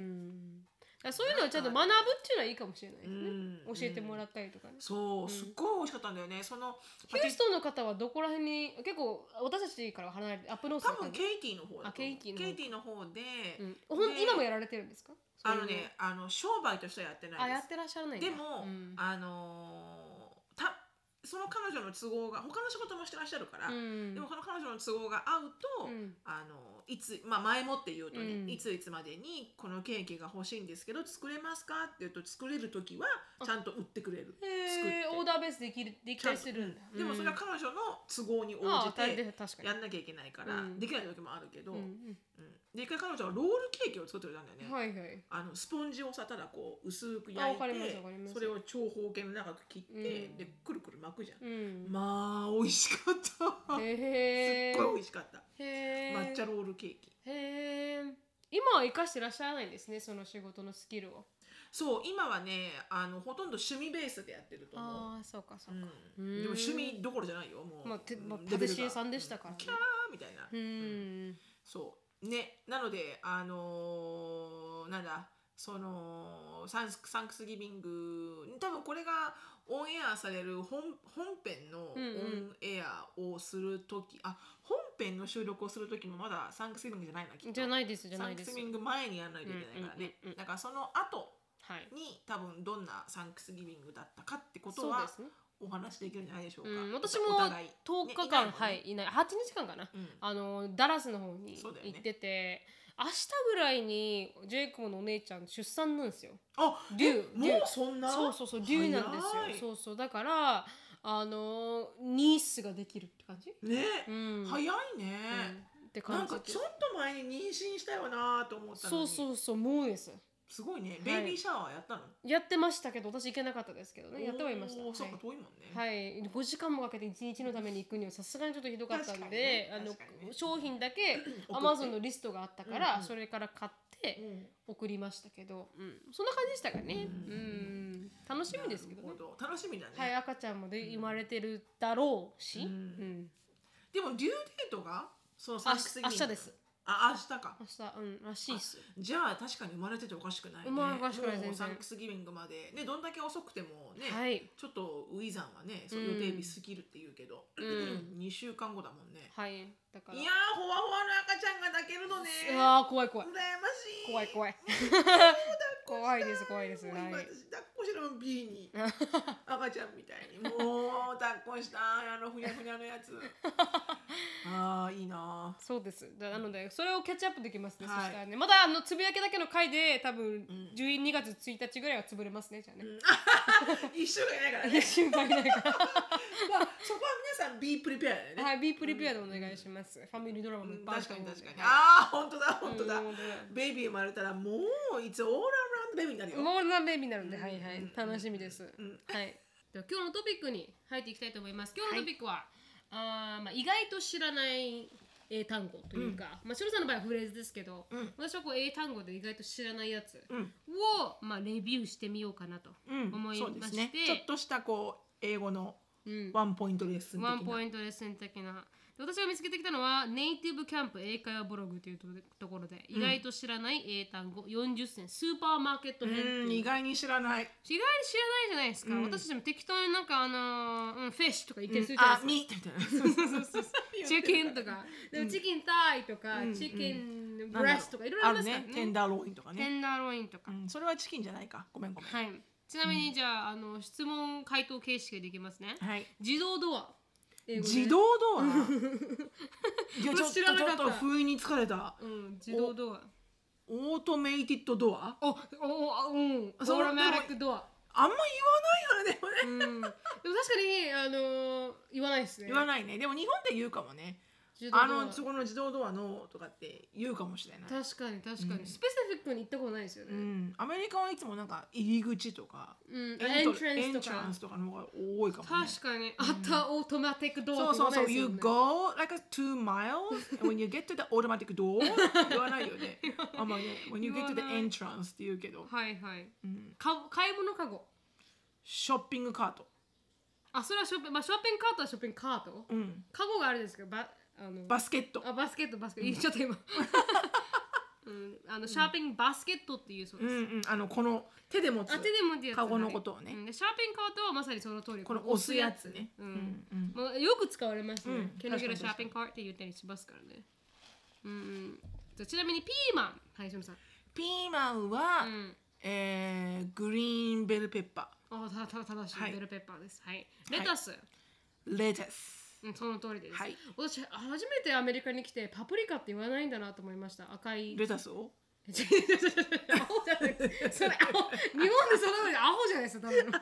S1: ん、だからそういうのをちゃんと学ぶっていうのはいいかもしれないですね、
S2: うん
S1: 教えてもらったりとかね、
S2: そう、
S1: ん
S2: すっごい美味しかったんだよねその
S1: ヒューストンの方はどこら辺に結構私たちからは離れてアップノース
S2: 多
S1: だったん
S2: 分
S1: で
S2: ケイティの方だと思う
S1: あケイティの方
S2: ケイティの方で、
S1: うんほん
S2: で
S1: 今もやられてるんですか
S2: あ
S1: そ
S2: の
S1: ういう
S2: ねあの商売としてはやってないです
S1: あやってらっしゃらないんだ
S2: でも、
S1: うん
S2: あのーたその彼女の都合が他の仕事もしてらっしゃるから、
S1: うん
S2: でもこの彼女の都合が合うと、
S1: うん
S2: あのいつ、まあ、前もって言うと
S1: う
S2: ね、
S1: ん
S2: いついつまでにこのケーキが欲しいんですけど作れますかって言うと作れる時はちゃんと売ってくれる。作っ
S1: へ
S2: て
S1: えオーダーベースできるでき
S2: ち
S1: た
S2: ゃ
S1: り
S2: んと
S1: するんだ、
S2: うんでもそれ
S1: う
S2: は
S1: ん
S2: 彼女の都合に応
S1: ああ
S2: じて
S1: 確かに
S2: やんなきゃいけないか
S1: う
S2: ら、
S1: ん
S2: できない時もあるけど、
S1: う
S2: うん
S1: ん
S2: で一回彼女はロールケーキを作ってくれたんだよ
S1: う
S2: ね。
S1: んはいはい
S2: あのスポンジをさただこう薄く
S1: あわか
S2: 焼い
S1: ります
S2: て
S1: わかります
S2: それを長方形の長く切って、
S1: うん
S2: でくるくる巻くじゃん、
S1: うん
S2: まあ美味しかったすっ
S1: へえ
S2: ごい美味しかった
S1: へえ
S2: 抹茶ロールケーキ
S1: へえ今は生かしてらっしゃらないんですねその仕事のスキルを
S2: そう今はねあのほとんど趣味ベースでやってると思う、
S1: ああそうかそううんか、うん
S2: でも趣味どころじゃないよもう、
S1: まあてまあ
S2: レベ
S1: パ
S2: ルが
S1: ティシエさんでしたからね
S2: うんキャーみたいな、
S1: うん、
S2: そうねなのであのーなんだそのサンスサンクスギビング多分これがオンエアされる本本編のオ
S1: うんうん
S2: ンエアをする時、あ本編の収録をする時もまだサンクスギビングじゃないなきっと
S1: じゃないですじゃ
S2: サ
S1: な
S2: ン
S1: い
S2: ク
S1: で
S2: ス
S1: す
S2: ギビング前にやらないといけないからね、
S1: うんうんうんうん
S2: だからその後
S1: はい
S2: に多分どんなサンクスギビングだったかってこと
S1: そう
S2: は
S1: ですね
S2: お話できるんじゃないでしょうか、
S1: うん私
S2: お
S1: も
S2: 互い、
S1: 10日
S2: いない
S1: 間、
S2: もんね
S1: はいいない8日間かな
S2: うん
S1: あのダラスの方に
S2: そうだよね
S1: 行ってて、明日ぐらいにジェイコブのお姉ちゃん出産なんですよ
S2: あ
S1: デュ
S2: えも
S1: デュ
S2: うそんな
S1: そうそうそう竜なんです
S2: 早い
S1: よそうそうだからあのニースができるって感じ
S2: ね、
S1: うん
S2: 早いね、
S1: うんって
S2: な
S1: 感
S2: ん
S1: じ
S2: かちょっと前に妊娠したよなと思ったの
S1: そ
S2: に
S1: うそうそうもうです
S2: すごいね
S1: はい
S2: ベイビーシャワーやったの、
S1: やってましたけど私行けなかったですけどねやってはいました
S2: おーそっか
S1: はい
S2: 遠いもんね、
S1: はい、5時間もかけて1日のために行くにはさすがにちょっとひどかったんで、
S2: 確かにね
S1: あの
S2: 確かにね
S1: 商品だけ
S2: 送
S1: ア
S2: って
S1: マゾンのリストがあったから、
S2: うんうん
S1: それから買って
S2: うん
S1: 送りましたけど、うん、そんな感じでしたかね、う
S2: うんん
S1: 楽しみですけどね
S2: なるほ楽しみだね、
S1: はい赤ちゃんもで生まれてるだろうし、う
S2: うんんでもデューデートがその
S1: 明
S2: サンクス
S1: 日明
S2: ギビング
S1: 日です
S2: あ明日か
S1: 明日、うん、らしいっす
S2: じゃあ確かに生まれてておかしくないね
S1: 生まれておかしくない全然
S2: もうサンクスギビングまでねどんだけ遅くてもね、
S1: はい
S2: ちょっとウィザンはねそう
S1: うん
S2: 予定日過ぎるって言うけど、
S1: う
S2: 二
S1: ん
S2: 2週間後だもんね
S1: はいだから
S2: いやーほわほわの赤ちゃんが抱けるのね
S1: うわー怖い怖い
S2: 羨ましい
S1: 怖い怖い怖いです怖いです
S2: もう
S1: は
S2: 今
S1: い
S2: 私抱っこしろん B に赤ちゃんみたいにもう抱っこしたあのふにゃふにゃのや
S1: [laughs]
S2: つあーいいな
S1: そうですだなのでそれをキャッチアップできますね、
S2: はい
S1: そしたらねまだあのつぶやきだけの回で多分
S2: ん
S1: 12月1日ぐらいは潰れますねじゃあね、
S2: ー一緒がいない
S1: い
S2: から
S1: や
S2: ね、
S1: 心配ないから
S2: [laughs] まあ、そこは皆さん B プリペアだよね、
S1: はい、ビープリペアでお願いします。ファミリードラマ
S2: う
S1: もいっ
S2: ん
S1: ぱいある
S2: 確
S1: と思
S2: かに
S1: うんで
S2: 確かにああ本当だ本当だ、
S1: うん本当だ
S2: ベイビー生まれたらもういつオールアラウンドベイビーになるよ、
S1: モールナベイビーになるんで、はいは
S2: う
S1: い
S2: ん、
S1: 楽しみです。
S2: うん
S1: はい。では今日のトピックに入っていきたいと思います。今日のトピックは、あーまあ意外と知らない英単語というか、まあ白さんの場合はフレーズですけど、
S2: うん
S1: 私はこう英単語で意外と知らないやつ
S2: うん
S1: をまあレビューしてみようかなと
S2: うん
S1: 思いまして
S2: そうですねちょっとしたこう英語の
S1: うん。
S2: ワンポイントレッスン的な
S1: ワンポイントレッスン的な。で私が見つけてきたのは、ネイティブキャンプ英会話ブログというとところで、意外と知らない英単語40選、スーパーマーケット編っていう
S2: うん意外に知らない
S1: 意外に知らないじゃないですか。
S2: うん
S1: 私たちも適当になんかあのーうん、フィッシュとか言ってるじゃない
S2: あ
S1: ですか。
S2: ミーみたい [laughs] な
S1: そうそうそうチキンとか、でもチキンタイとか、
S2: うん
S1: チキンブレスとかいろいろあ
S2: あ
S1: りま
S2: る
S1: すから
S2: ね
S1: ね。
S2: テンダーロインとか
S1: テ
S2: ね、
S1: ンダーロインとか
S2: う。ん、それはチキンじゃないかごめんごめん
S1: はい。ちなみにじゃあ、あの質問回答形式でできますね。
S2: はい
S1: 自動ドア。英語で
S2: 自動ドア [laughs] いやちょっ
S1: 知
S2: とち
S1: らなか
S2: ょ
S1: った
S2: っと不意に疲れた
S1: うん、自動ドア。
S2: オートメイティッドドア
S1: お、お、お、うん、オ
S2: そ
S1: ー
S2: の
S1: ロマリックドア。
S2: あんま言わないよねでもね
S1: うん、でも確かに、あのー、言わないですね。
S2: 言わないねでも日本で言うかもね
S1: 自動ド
S2: あ
S1: ア
S2: のそこの自動ドアのとかって言うかもしれない
S1: 確かに、確かに、
S2: うん
S1: スペシフィックに行ったことないですよ
S2: う
S1: ね。
S2: んアメリカはいつもなんか入り口とか
S1: うん、
S2: ト
S1: エント
S2: エ
S1: ランス
S2: ン
S1: と
S2: トラ
S1: か
S2: ン。スとかの方が多いかもね
S1: 確かに、あったオートマティックドア
S2: そう
S1: って言わない
S2: そうそう、
S1: ですよ
S2: you
S1: ね
S2: go like a two miles, and when you get to the
S1: [laughs]
S2: automatic door, 言わないよね。あんまね、when you get to the
S1: 言わない
S2: entrance って言うけど、
S1: はいはい。
S2: うん、
S1: か、買い物かご。
S2: ショッピングカート、
S1: あ、それはショッピング、まあ、ショッピングカートはショッピングカート。
S2: うん、
S1: かごがあるんですけど、ば、あの。
S2: バスケット、
S1: あ、バスケット、バスケット、言っちゃった今。 [laughs] うん、あの、シャーピングバスケットっていうそう
S2: う
S1: で
S2: ん
S1: す。
S2: うん、あのこの手で持つ
S1: あ、手で持ってやつ。
S2: カゴのことをね
S1: うんでシャーピングカートはまさにその通り。
S2: この押すやつね。
S1: う。
S2: うんんうん、
S1: もうよく使われますね。
S2: うん
S1: Can you get a
S2: 確かに
S1: shopping cart? って言ったりしますからね。うんうん。じゃあちなみにピーマン。はい、しのさん。
S2: ピーマンは、
S1: うん。
S2: えー、グリーンベルペッパ
S1: あ、たた正し
S2: はい
S1: い。ベルペッパーです。はい。レタス。
S2: ー、レタス、
S1: うん、その通りです。
S2: はい
S1: 私、初めてアメリカに来てパプリカって言わないんだなと思いました。赤い。[laughs]
S2: レタスを
S1: 違う違う違う違うアホじゃないそれアホ日本でそのアホじゃないですか多分 [laughs] レタ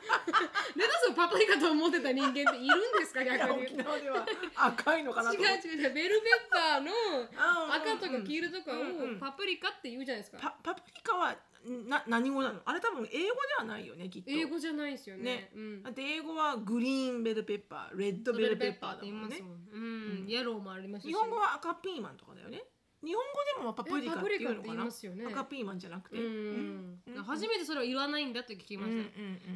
S1: スをパプリカと思ってた人間っているんですか
S2: いや
S1: 逆に違
S2: 沖縄では赤いのかなと
S1: う
S2: 思って。
S1: 違う違うベルペッパーの
S2: あー
S1: 赤とか黄色とか
S2: うんうん
S1: をパプリカって言うじゃないですか
S2: パパプリカはな何語なのあれ多分英語ではないよねきっと
S1: 英語じゃないですよね
S2: ね
S1: うん
S2: だって英語はグリーンベルペッパーレッドベルペッパーだもんね
S1: ベルペッパーって言いますもんうんイエローもありますし
S2: 日本語は赤ピーマンとかだよね日本語でもパプリ
S1: え
S2: カ
S1: パ
S2: って
S1: プリ
S2: い
S1: カ
S2: う
S1: っ
S2: の
S1: て
S2: か
S1: 言い
S2: な、
S1: ますよね
S2: 赤ピーマンじゃなくて
S1: う
S2: うん
S1: ん初めてそれを言わないんだって聞きま
S2: うんう
S1: し
S2: んう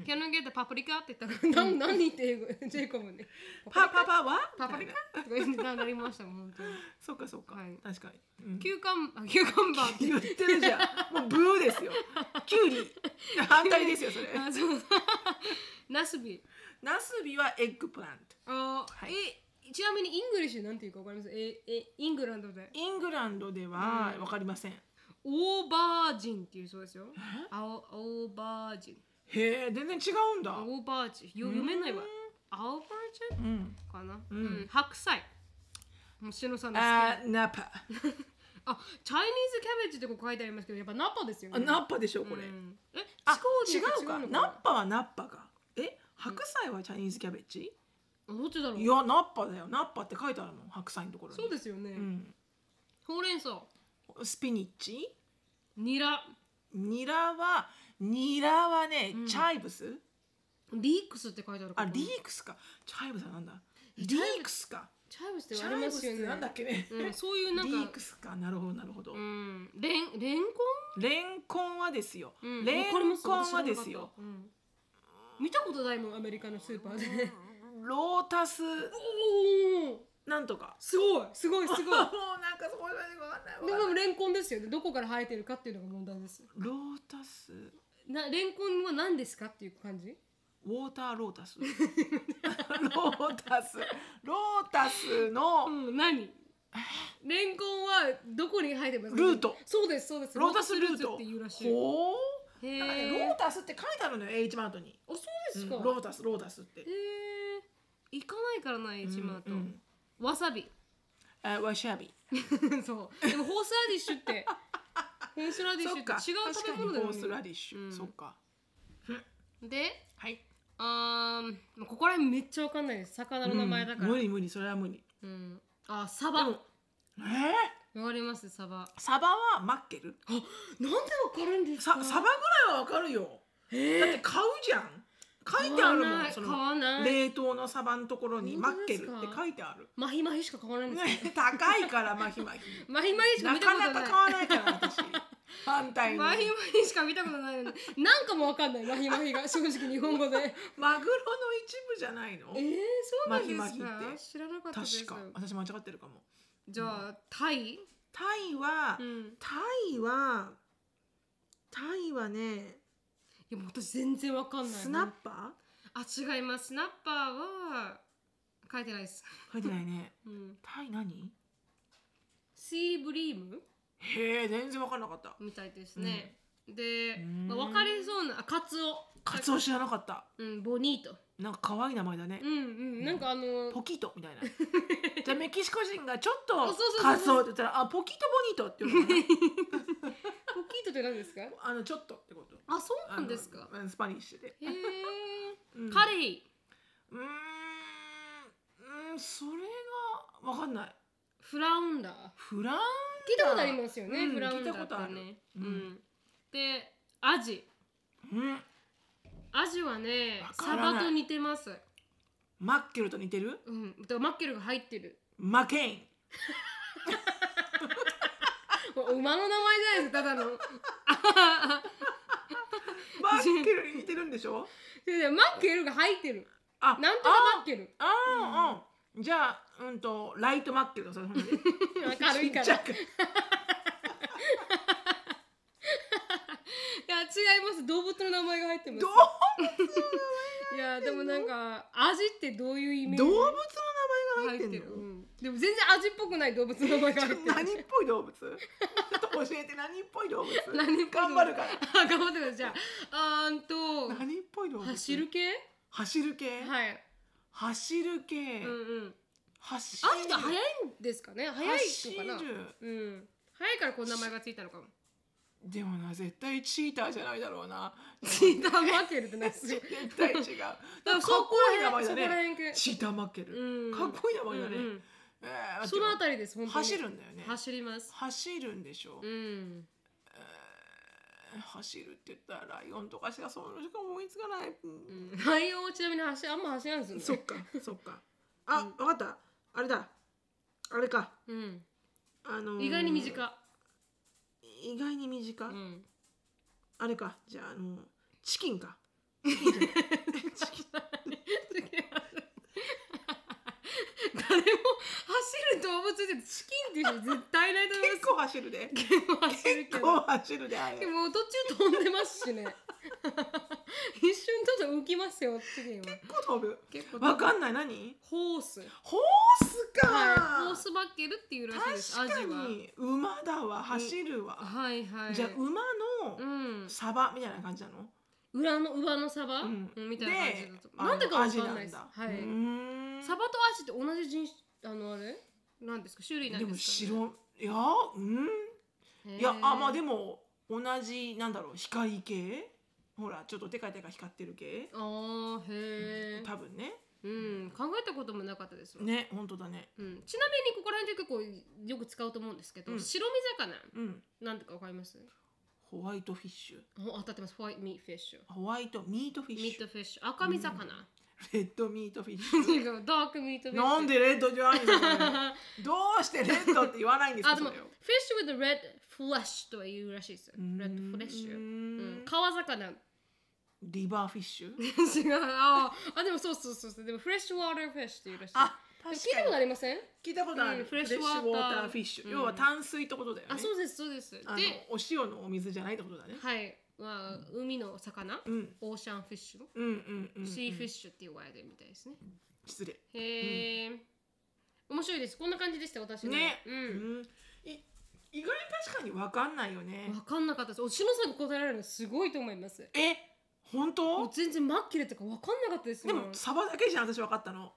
S1: た
S2: ん
S1: Can you get the パプリカって言ったからな何って英語ジェイコブね
S2: パパパは
S1: [laughs] パプリカ
S2: みたいな
S1: とか言ってなりましたもん本当に
S2: そっかそっか、
S1: はい
S2: 確かに、うん
S1: キューカン、あ、キューカンバーって。 [laughs]
S2: 言ってるじゃんもうブーですよキュウリ反対ですよそれ
S1: あ、そう。ナスビ。
S2: ナスビはエッグプラント
S1: あ、
S2: はい
S1: え、ちなみにイングリッシュなんていうかわかります。え、え、イングランドで。
S2: イングランドではわかりません、
S1: オーバージンっていうそうですよ。あお、オーバージン。
S2: へえ全然違うんだ
S1: オーバージン。よ、読めないわ。アオバージ
S2: うん
S1: ンかな。うんん、白菜。もう篠さんの好き
S2: あ
S1: な。
S2: ーナパ
S1: あ、チャイニーズキャベジってここ書いてありますけど、やっぱナッパですよ
S2: あ
S1: ね。
S2: ナッパでしょこれ、
S1: うんえ、
S2: あ
S1: 地
S2: 違
S1: 方で
S2: う
S1: 言
S2: か
S1: うと違うの
S2: ナッ
S1: か
S2: パはナッパかえ白菜はチャイニーズキャベジ、
S1: な。どっちだろ。
S2: いうやナッパだよナッパって書いてあるもん白菜のところに
S1: そうですよね。
S2: うん、
S1: ほうれん草。
S2: スピニッチ
S1: ニラ。
S2: ニラはニラはね、チャイブス
S1: リークスって書いてある
S2: あ
S1: ここ
S2: リ
S1: に
S2: ークスかチャイブスはなんだ
S1: え
S2: リ
S1: チャイブ
S2: ークスか
S1: チャイブスっ
S2: チ
S1: てあ
S2: ャ
S1: り
S2: イブ
S1: ま
S2: ス
S1: す
S2: っ
S1: よ
S2: て
S1: ね。
S2: なんだっけね、
S1: うん、そういうなん
S2: リ
S1: か、
S2: ークスかなるほどなるほど、
S1: うん、レンレンコ
S2: レンコンはですよ、
S1: ン、うん、
S2: レ
S1: わかりま
S2: ン
S1: す
S2: コン
S1: 私
S2: はで
S1: 知らなかった
S2: すよ
S1: うん見たことないもんアメリカのスーパーで。
S2: ロータス
S1: [laughs] おお、
S2: なん
S1: [laughs]
S2: とか
S1: すごいすごい [laughs] すごい。
S2: もうなんかそこまでわかんないわかん
S1: で
S2: ない
S1: もレンコンですよね。どこから生えてるかっていうのが問題です。
S2: ロータス
S1: なレンコンは何ですかっていう感じ？
S2: ウォーターロータ
S1: [laughs]
S2: スロータスロータスの
S1: うん、何？レンコンはどこに生えてますか？
S2: ルート
S1: そうですそうです。
S2: ロータスルー
S1: ロータ
S2: ト
S1: っていうらしい。
S2: ほう
S1: へえ
S2: なんかね、ロータスって書いてあるのよ H マートに、
S1: あそうですか、
S2: うんロータスロータスって
S1: へえ行かないからな H マート、
S2: うんうん
S1: わさび [laughs]
S2: あわしゃび
S1: そうでもホースラディッシュってホースラディッシュ
S2: そ
S1: っ
S2: ってか
S1: 違う食べ物だよ
S2: 確かにホースラ
S1: ね
S2: ディッシュ、
S1: うん
S2: そっか
S1: で
S2: はい
S1: あーまあここら辺めっちゃわかんないです魚の名前だから、
S2: うん無理無理それは無理
S1: うんあサバわ
S2: でもえー、
S1: かりますサバ
S2: サバはマッケル
S1: なんでわかるんです
S2: さ
S1: か
S2: サバぐらいはわかるよ
S1: え
S2: だっ
S1: ー
S2: て買うじゃん書いてあ
S1: 買わ
S2: るも
S1: なんい
S2: そ
S1: 買
S2: の
S1: わない
S2: 冷凍のサバのところにマ
S1: 本当で
S2: ッケ
S1: す
S2: ル
S1: か
S2: って書いてある、
S1: マヒマヒしか買わないんですよ、
S2: ね、高いからマヒマヒ
S1: マヒマヒしか
S2: な
S1: 見たこ
S2: か
S1: と
S2: な
S1: ない
S2: か買わないから
S1: [laughs]
S2: 私反対に
S1: マヒマヒしか見たこと
S2: [laughs]
S1: ないのでなんかもわかんないマヒマヒが正直日本語でえ
S2: マグロの一部じゃないの
S1: ー、そうなんですか
S2: マヒマヒって
S1: 知らなかったです
S2: 確か私間違ってるかも
S1: じゃあタイ、
S2: タイは、
S1: うん、い
S2: タイはタイはね
S1: やもう私全然わかんない
S2: スナッパ
S1: あ違いますスナッパーは書いてないです、
S2: ー書いてないね
S1: うん、
S2: タイ何
S1: シーブリーム
S2: へえ全然分かんなかった
S1: みたいですね、で
S2: うー、ん
S1: まあ、分かりそうなあカツオ
S2: カツオ知らなかった
S1: うんボニート
S2: なんか可愛い名前だね
S1: うんうんなんかあの
S2: ポキートみた
S1: [laughs]
S2: いなじゃあメキシコ人がちょっ
S1: あそう
S2: と
S1: そうそう
S2: カ
S1: そう
S2: ツオって言ったらあポキートボニートって言うのか
S1: ポキートって何ですか [laughs]
S2: なあのちょっとってこと
S1: あそう
S2: あ
S1: な
S2: の
S1: んですか
S2: うんスパニッシュで
S1: へえ、
S2: うん
S1: カレイ
S2: うーんうーんそれがわかんない
S1: フラウンダー
S2: フラン
S1: 聞いたことありますよね、
S2: うん
S1: フラウンダー
S2: 聞い
S1: った
S2: ことあ
S1: て
S2: る
S1: ね、
S2: うん
S1: うん、でアジ
S2: うん
S1: アジはね
S2: わか
S1: サ
S2: らない
S1: バと似てます
S2: マッケルと似てる
S1: うん、だからマッケルが入ってる
S2: マケイン
S1: これ馬の名前じゃないですかただの [laughs]
S2: マッケルに似てるんで
S1: [laughs]
S2: しょ
S1: いやいやマッケルが入ってる
S2: あ
S1: なんとかマッケル
S2: ああーうんじゃあうんとライトマッケルとそれ
S1: [laughs] 軽いからい
S2: ちっち
S1: や
S2: ゃく
S1: 違います動物の名前が入ってます
S2: どう
S1: いやでもなんか味ってどういうイメージ
S2: 動物の名
S1: 入
S2: 前が入
S1: っ
S2: ってて
S1: る
S2: んの
S1: うん、でも全然味っぽくない動物の名前が入ってる
S2: 何っぽい
S1: [laughs]
S2: 動物ちょっと教えて何っぽい動物
S1: 何っぽい動物
S2: 頑張るから
S1: [laughs] あ頑張ってくださいじゃああーんと
S2: 何っぽい動物
S1: 走る系
S2: 走る系、
S1: はい
S2: 走る系、
S1: うんうん
S2: 走る
S1: アジが早いんですかね早いのかな
S2: 走る
S1: うん早いからこの名前がついたのかも
S2: でもな絶対チーターじゃないだろうな
S1: チ [laughs] ーターマーケルってないですよ
S2: 絶対違うか
S1: [laughs] だから
S2: っ
S1: そ
S2: こ
S1: こ
S2: いい名
S1: ら
S2: 前
S1: 辺そ
S2: だ
S1: こら
S2: ね
S1: 辺系
S2: チーターマッケル、
S1: うん
S2: かっこいい名前だね、
S1: うんうん
S2: えー
S1: そのあ
S2: り
S1: たりです本当に
S2: 走るんだよね
S1: 走ります
S2: 走るんでしょ、
S1: うん
S2: 走るって言ったらライオンとかしかそのしか思いつかない、
S1: うんライオンはちなみに走あんま走らんですよね
S2: そっかそっかあ、わかったあれだあれか
S1: うん
S2: あのー
S1: 意外に短
S2: 意外に短、
S1: うん
S2: あれかじゃああのーチキンかチキン
S1: [laughs] 誰も走る動物ってチキンっていう人絶対いないと思い
S2: 結構走るで
S1: ます走るけど
S2: 結構走るであれ
S1: でも途中飛んでますしね一瞬ちょっと浮きますよチキンは
S2: 結構飛ぶ
S1: 結構
S2: わかんない何
S1: ホース
S2: ホースか、
S1: はい、ホースバッケルっていうらしいです。
S2: 確か
S1: アジ
S2: に馬だわ走るわ
S1: は。、はいはい。
S2: じゃあ馬
S1: う
S2: の
S1: ん。
S2: サバみたいな感じなの
S1: 裏の上のサバ、
S2: うん
S1: みたいな感じだと
S2: あ
S1: なんでかわかん
S2: アジ
S1: ないです。
S2: だ。
S1: はいう
S2: ーん
S1: サバとアジって同じ人種あのあれなんですか種類なん
S2: で
S1: で
S2: も
S1: すか、ね。
S2: 白いやうん
S1: で
S2: いやあまあで
S1: も。
S2: も同じなんだろう光系ほらちょっとテカテカ光ってる系
S1: あーへえ。
S2: 多分ね
S1: うん考えたこともなかったですわ。
S2: ね本当だね
S1: うん、ちなみにここら辺で結構よく使うと思うんですけど、
S2: うん
S1: 白身魚
S2: うん
S1: なんてかわかります
S2: ホワイトフィッシュ
S1: お当たってますホワイトミートフィッシュ
S2: ホワイトミートフィッ
S1: ミー
S2: シ
S1: ト
S2: ュ
S1: フィッシュ赤身魚、
S2: レッドミートフィッシュ
S1: 違う [laughs] ダークミートフィッシュ
S2: な
S1: [laughs]
S2: んでレッドじゃないんですかどうしてレッドって言わないんです
S1: あ
S2: か
S1: でも
S2: それを
S1: fish with red flesh とは言うらしいですよ。
S2: うーん
S1: red flesh。うん、川魚 [laughs] 違う
S2: リバーフィッシュ
S1: あーあでもそうそうそうそうでもフレッシュワーターフィッシュっていうらしい
S2: あ
S1: でも
S2: 確
S1: 聞いたこと
S2: か
S1: ありません
S2: に聞いたことあ
S1: うん
S2: る
S1: フ
S2: フ
S1: レ
S2: レ
S1: ッ
S2: ッ
S1: シ
S2: シ
S1: ュ
S2: ュ
S1: ウ
S2: ウ
S1: ォ
S2: ォ
S1: ー
S2: ー
S1: ター
S2: ターフィッシ
S1: うん
S2: ュ要は淡水ってことだよね
S1: あそうですそうですで
S2: あのお塩のお水じゃないってことだね
S1: はいは海の魚
S2: うん
S1: オーシャンフィッシュ
S2: うんうんうんうん
S1: シーフィッシュって言われてるみたいですね
S2: 失礼
S1: へえ面白いですこんな感じでした私の
S2: ね
S1: う
S2: うんんい意外に確かに分かんないよね
S1: 分かんなかったですおしのさんが答えられるのすごいと思います
S2: え本
S1: もう
S2: 当
S1: 全然マッキレとか分かんなかったです
S2: で
S1: よ
S2: もサバだけじゃん私分かったの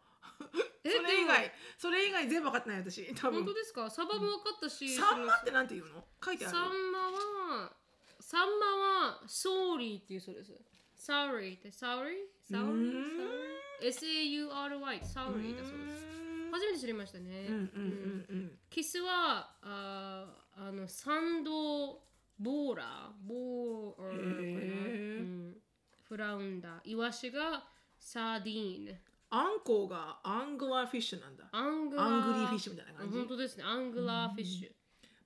S1: え
S2: それ以
S1: で
S2: 外それ以外全部分かってない私 [laughs] 多
S1: も本当
S2: 分
S1: ですかサバも分かったし、
S2: サンマってなんて言うの書いてある
S1: サンマはサンマはソーリーっていうそうです。サーリーってサーリーサーリー
S2: うーん
S1: ?S-A-U-R-Y サーリーだそうです。初めて知りましたね。
S2: うんうんうんうん
S1: キスはあーあのサンドボーラーボーラー
S2: へー
S1: うんフラウンダーイワシがサーディーン
S2: アンコウがアングラーフィッシュなんだ
S1: アングラ
S2: アングリーフィッシュみたいな
S1: あ
S2: 感じ
S1: 本当ですねアングラーフィッシ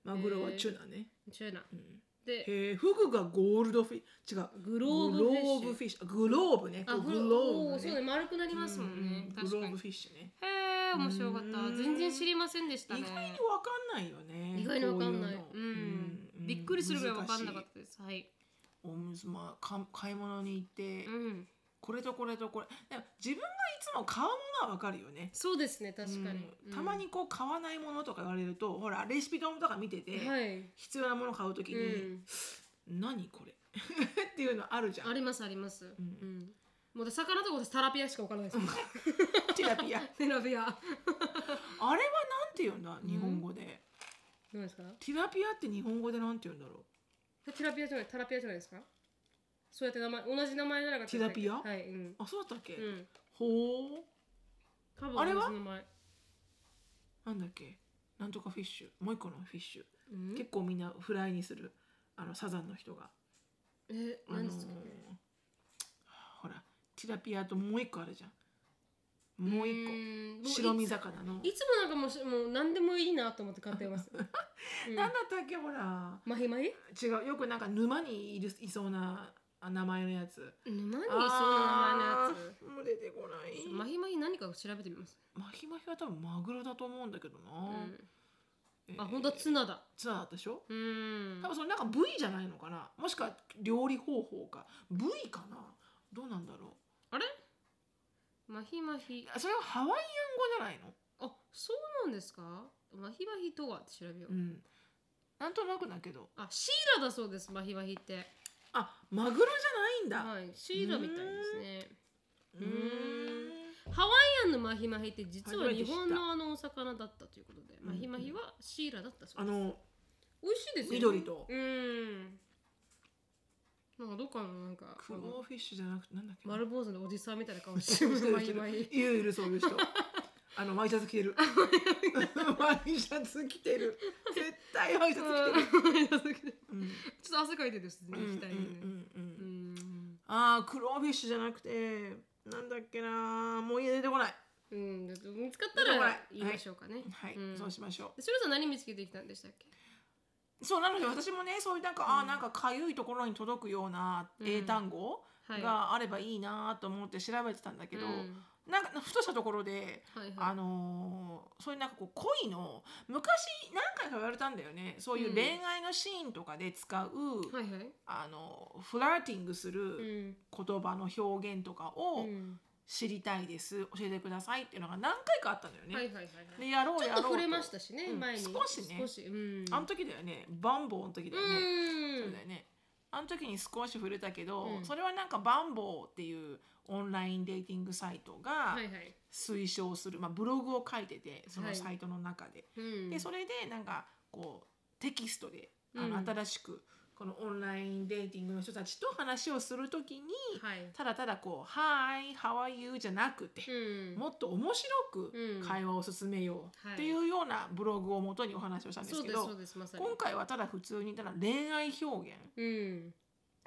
S2: マグロはチュナね、
S1: ュチューナ
S2: うん
S1: で
S2: へえフグがゴールドフィ違う
S1: グローブフィッシュ
S2: グローブフィッシュグローブね
S1: あ
S2: こう
S1: グ
S2: グ
S1: ロ
S2: ロ
S1: お
S2: ー
S1: ー
S2: ブ
S1: そうね
S2: ね
S1: 丸くなりますもんね、
S2: うん
S1: 確
S2: グロ
S1: か
S2: ーブ
S1: に
S2: フィッシュね
S1: へえ面白かった
S2: うん
S1: 全然知りませんでしたね
S2: 意外にわかんないよね
S1: 意外にわかんない
S2: こ
S1: う
S2: ういうんの
S1: びっくりするぐらいわかんなかっ
S2: 難しい
S1: たですはい
S2: おむずまあか買い物に行って、
S1: うん
S2: これとこれとこれでも自分がいつも買うものはわかるよね
S1: そうですね確かに、
S2: うんたまにこう買わないものとか言われるとほらレシピ本とか見てて、
S1: うんはい
S2: 必要なもの買うときに、
S1: うん
S2: 何これ [laughs] っていうのあるじゃ
S1: あ
S2: ん
S1: りますあります。うんん。もう魚とか私タラピアしかわからないです。
S2: テ
S1: [laughs]
S2: ラピア
S1: テラピア。
S2: あれはなんて言うんだ
S1: ん
S2: 日本語で、
S1: どうですか？
S2: ティラピアって日本語でなんて言うんだろ
S1: テラピアじゃないタラピアじゃないですか？そうやって名前同じ名前なら
S2: テラピア
S1: はい。うん。
S2: うあそうだったっけ、
S1: うん。
S2: ほ
S1: 多
S2: あ
S1: 分
S2: れ
S1: 同
S2: は
S1: じ名前。
S2: うなんだっけなんとかフィッシュもう一個のフィッシュ、
S1: うん
S2: 結構みんなフライにするあのサザンの人が、
S1: え
S2: あの
S1: 何
S2: ー
S1: ですか？
S2: ほらティラピアともう一個あるじゃんもう一個
S1: 一
S2: 白身魚の
S1: いつもなんかもうしもう何でもいいなと思って買って [laughs] ます。うん
S2: なんだったっけほら
S1: マヒマヒ？
S2: 違うよくなんか沼にいるいそうなあ名前のやつ
S1: 何その名前のや
S2: あーもう出てこな
S1: つ？
S2: い
S1: マヒマヒ何かを調べてみます。
S2: マヒマヒは多分マグロだと思うんだけどな
S1: う、ん。
S2: えー
S1: あ本当はツナだ。
S2: ツナだったでしょ
S1: うん
S2: 多。分それなんか部位じゃないのかなもしくは料理方法か部位かなどうなんだろ
S1: あれ？マヒマヒ
S2: う。あそれはハワイアン語じゃないの
S1: あそうなんですかマヒマヒとはって調べよう、
S2: うんなんとなくだけど
S1: あシイラだそうですマヒマヒって
S2: あマグロじゃないんだ
S1: はいシイラみたいですね
S2: うーん
S1: ハワイアンのマヒマヒって実は
S2: 初めて
S1: 日
S2: 知った
S1: 本のあのお魚だったということで
S2: ん
S1: マヒマヒはシイラだったそう
S2: あ
S1: です、
S2: の
S1: 美味しいですよね
S2: 緑と
S1: うんなんかどっかのなんか
S2: クローフィッシュじゃなくてなんだっけ
S1: 丸坊主のおじさんみたいな顔して
S2: 知
S1: る
S2: ってる
S1: マ
S2: 知
S1: ヒ
S2: って
S1: マ
S2: る
S1: ヒ
S2: いるいるそういう [laughs] 人あのワイシャツ着て [laughs] るワイシャツ着てる絶対ワイシ
S1: う
S2: ャ
S1: ん
S2: ツ着てる、
S1: ち
S2: うん
S1: ょっと汗かいてるですね
S2: うん
S1: 額にね
S2: うんうん
S1: う
S2: うん
S1: ん
S2: あークローフィッシュじゃなくてなんだっけなもう家出てこない
S1: うん、見つかったら言いましょうかね。
S2: はい、
S1: うん
S2: そうしましょ
S1: でそれぞれ何見つけてきたんでしたっけ
S2: うそうなので私もねそういうなんか、あーなんかかゆいところに届くような
S1: うん
S2: 英単語
S1: はい。
S2: があればいいなと思って調べてたんだけど、
S1: うん
S2: なんかふとしたところで
S1: はい
S2: あ
S1: はい。
S2: のーそういうなんかこう恋の昔何回か言われたんだよねそういう恋愛のシーンとかで使う、
S1: はいはい。
S2: あのフラーティングす
S1: う
S2: る
S1: ん。
S2: 言葉の表現とか
S1: う
S2: を
S1: ん
S2: 知りたいです、教えてくださいっていうのが何回かあったんだよね。
S1: はいはいはいはい。
S2: でやろう
S1: ちょ
S2: や
S1: っ
S2: ろ
S1: と
S2: う
S1: 触れましたしね、
S2: うん
S1: 前に。
S2: 少しね
S1: 少し。うん。
S2: あの時だよねバンボーの時だ
S1: う
S2: よね。そうんだよね。あの時に少し触れたけど、
S1: うん
S2: それはなんかバンボーっていうオンラインデーティングサイトが
S1: はいはい。
S2: 推奨する、まあ、ブログを書いててそ
S1: は
S2: の
S1: い
S2: サイトの中で、
S1: うん。
S2: でそれでなんかこうテキストであ
S1: う
S2: の
S1: ん
S2: 新しくこのオンラインデーティングの人たちと話をする時に、
S1: はい。
S2: ただただこう「Hi how are you」じゃなくて、
S1: うん。
S2: もっと面白く会話を進めよう
S1: はい
S2: っていうようなブログをもとにお話をしたんで
S1: そ
S2: す
S1: う
S2: け
S1: です
S2: ど、
S1: そうですまさに。
S2: 今回はただ普通にただ恋愛表現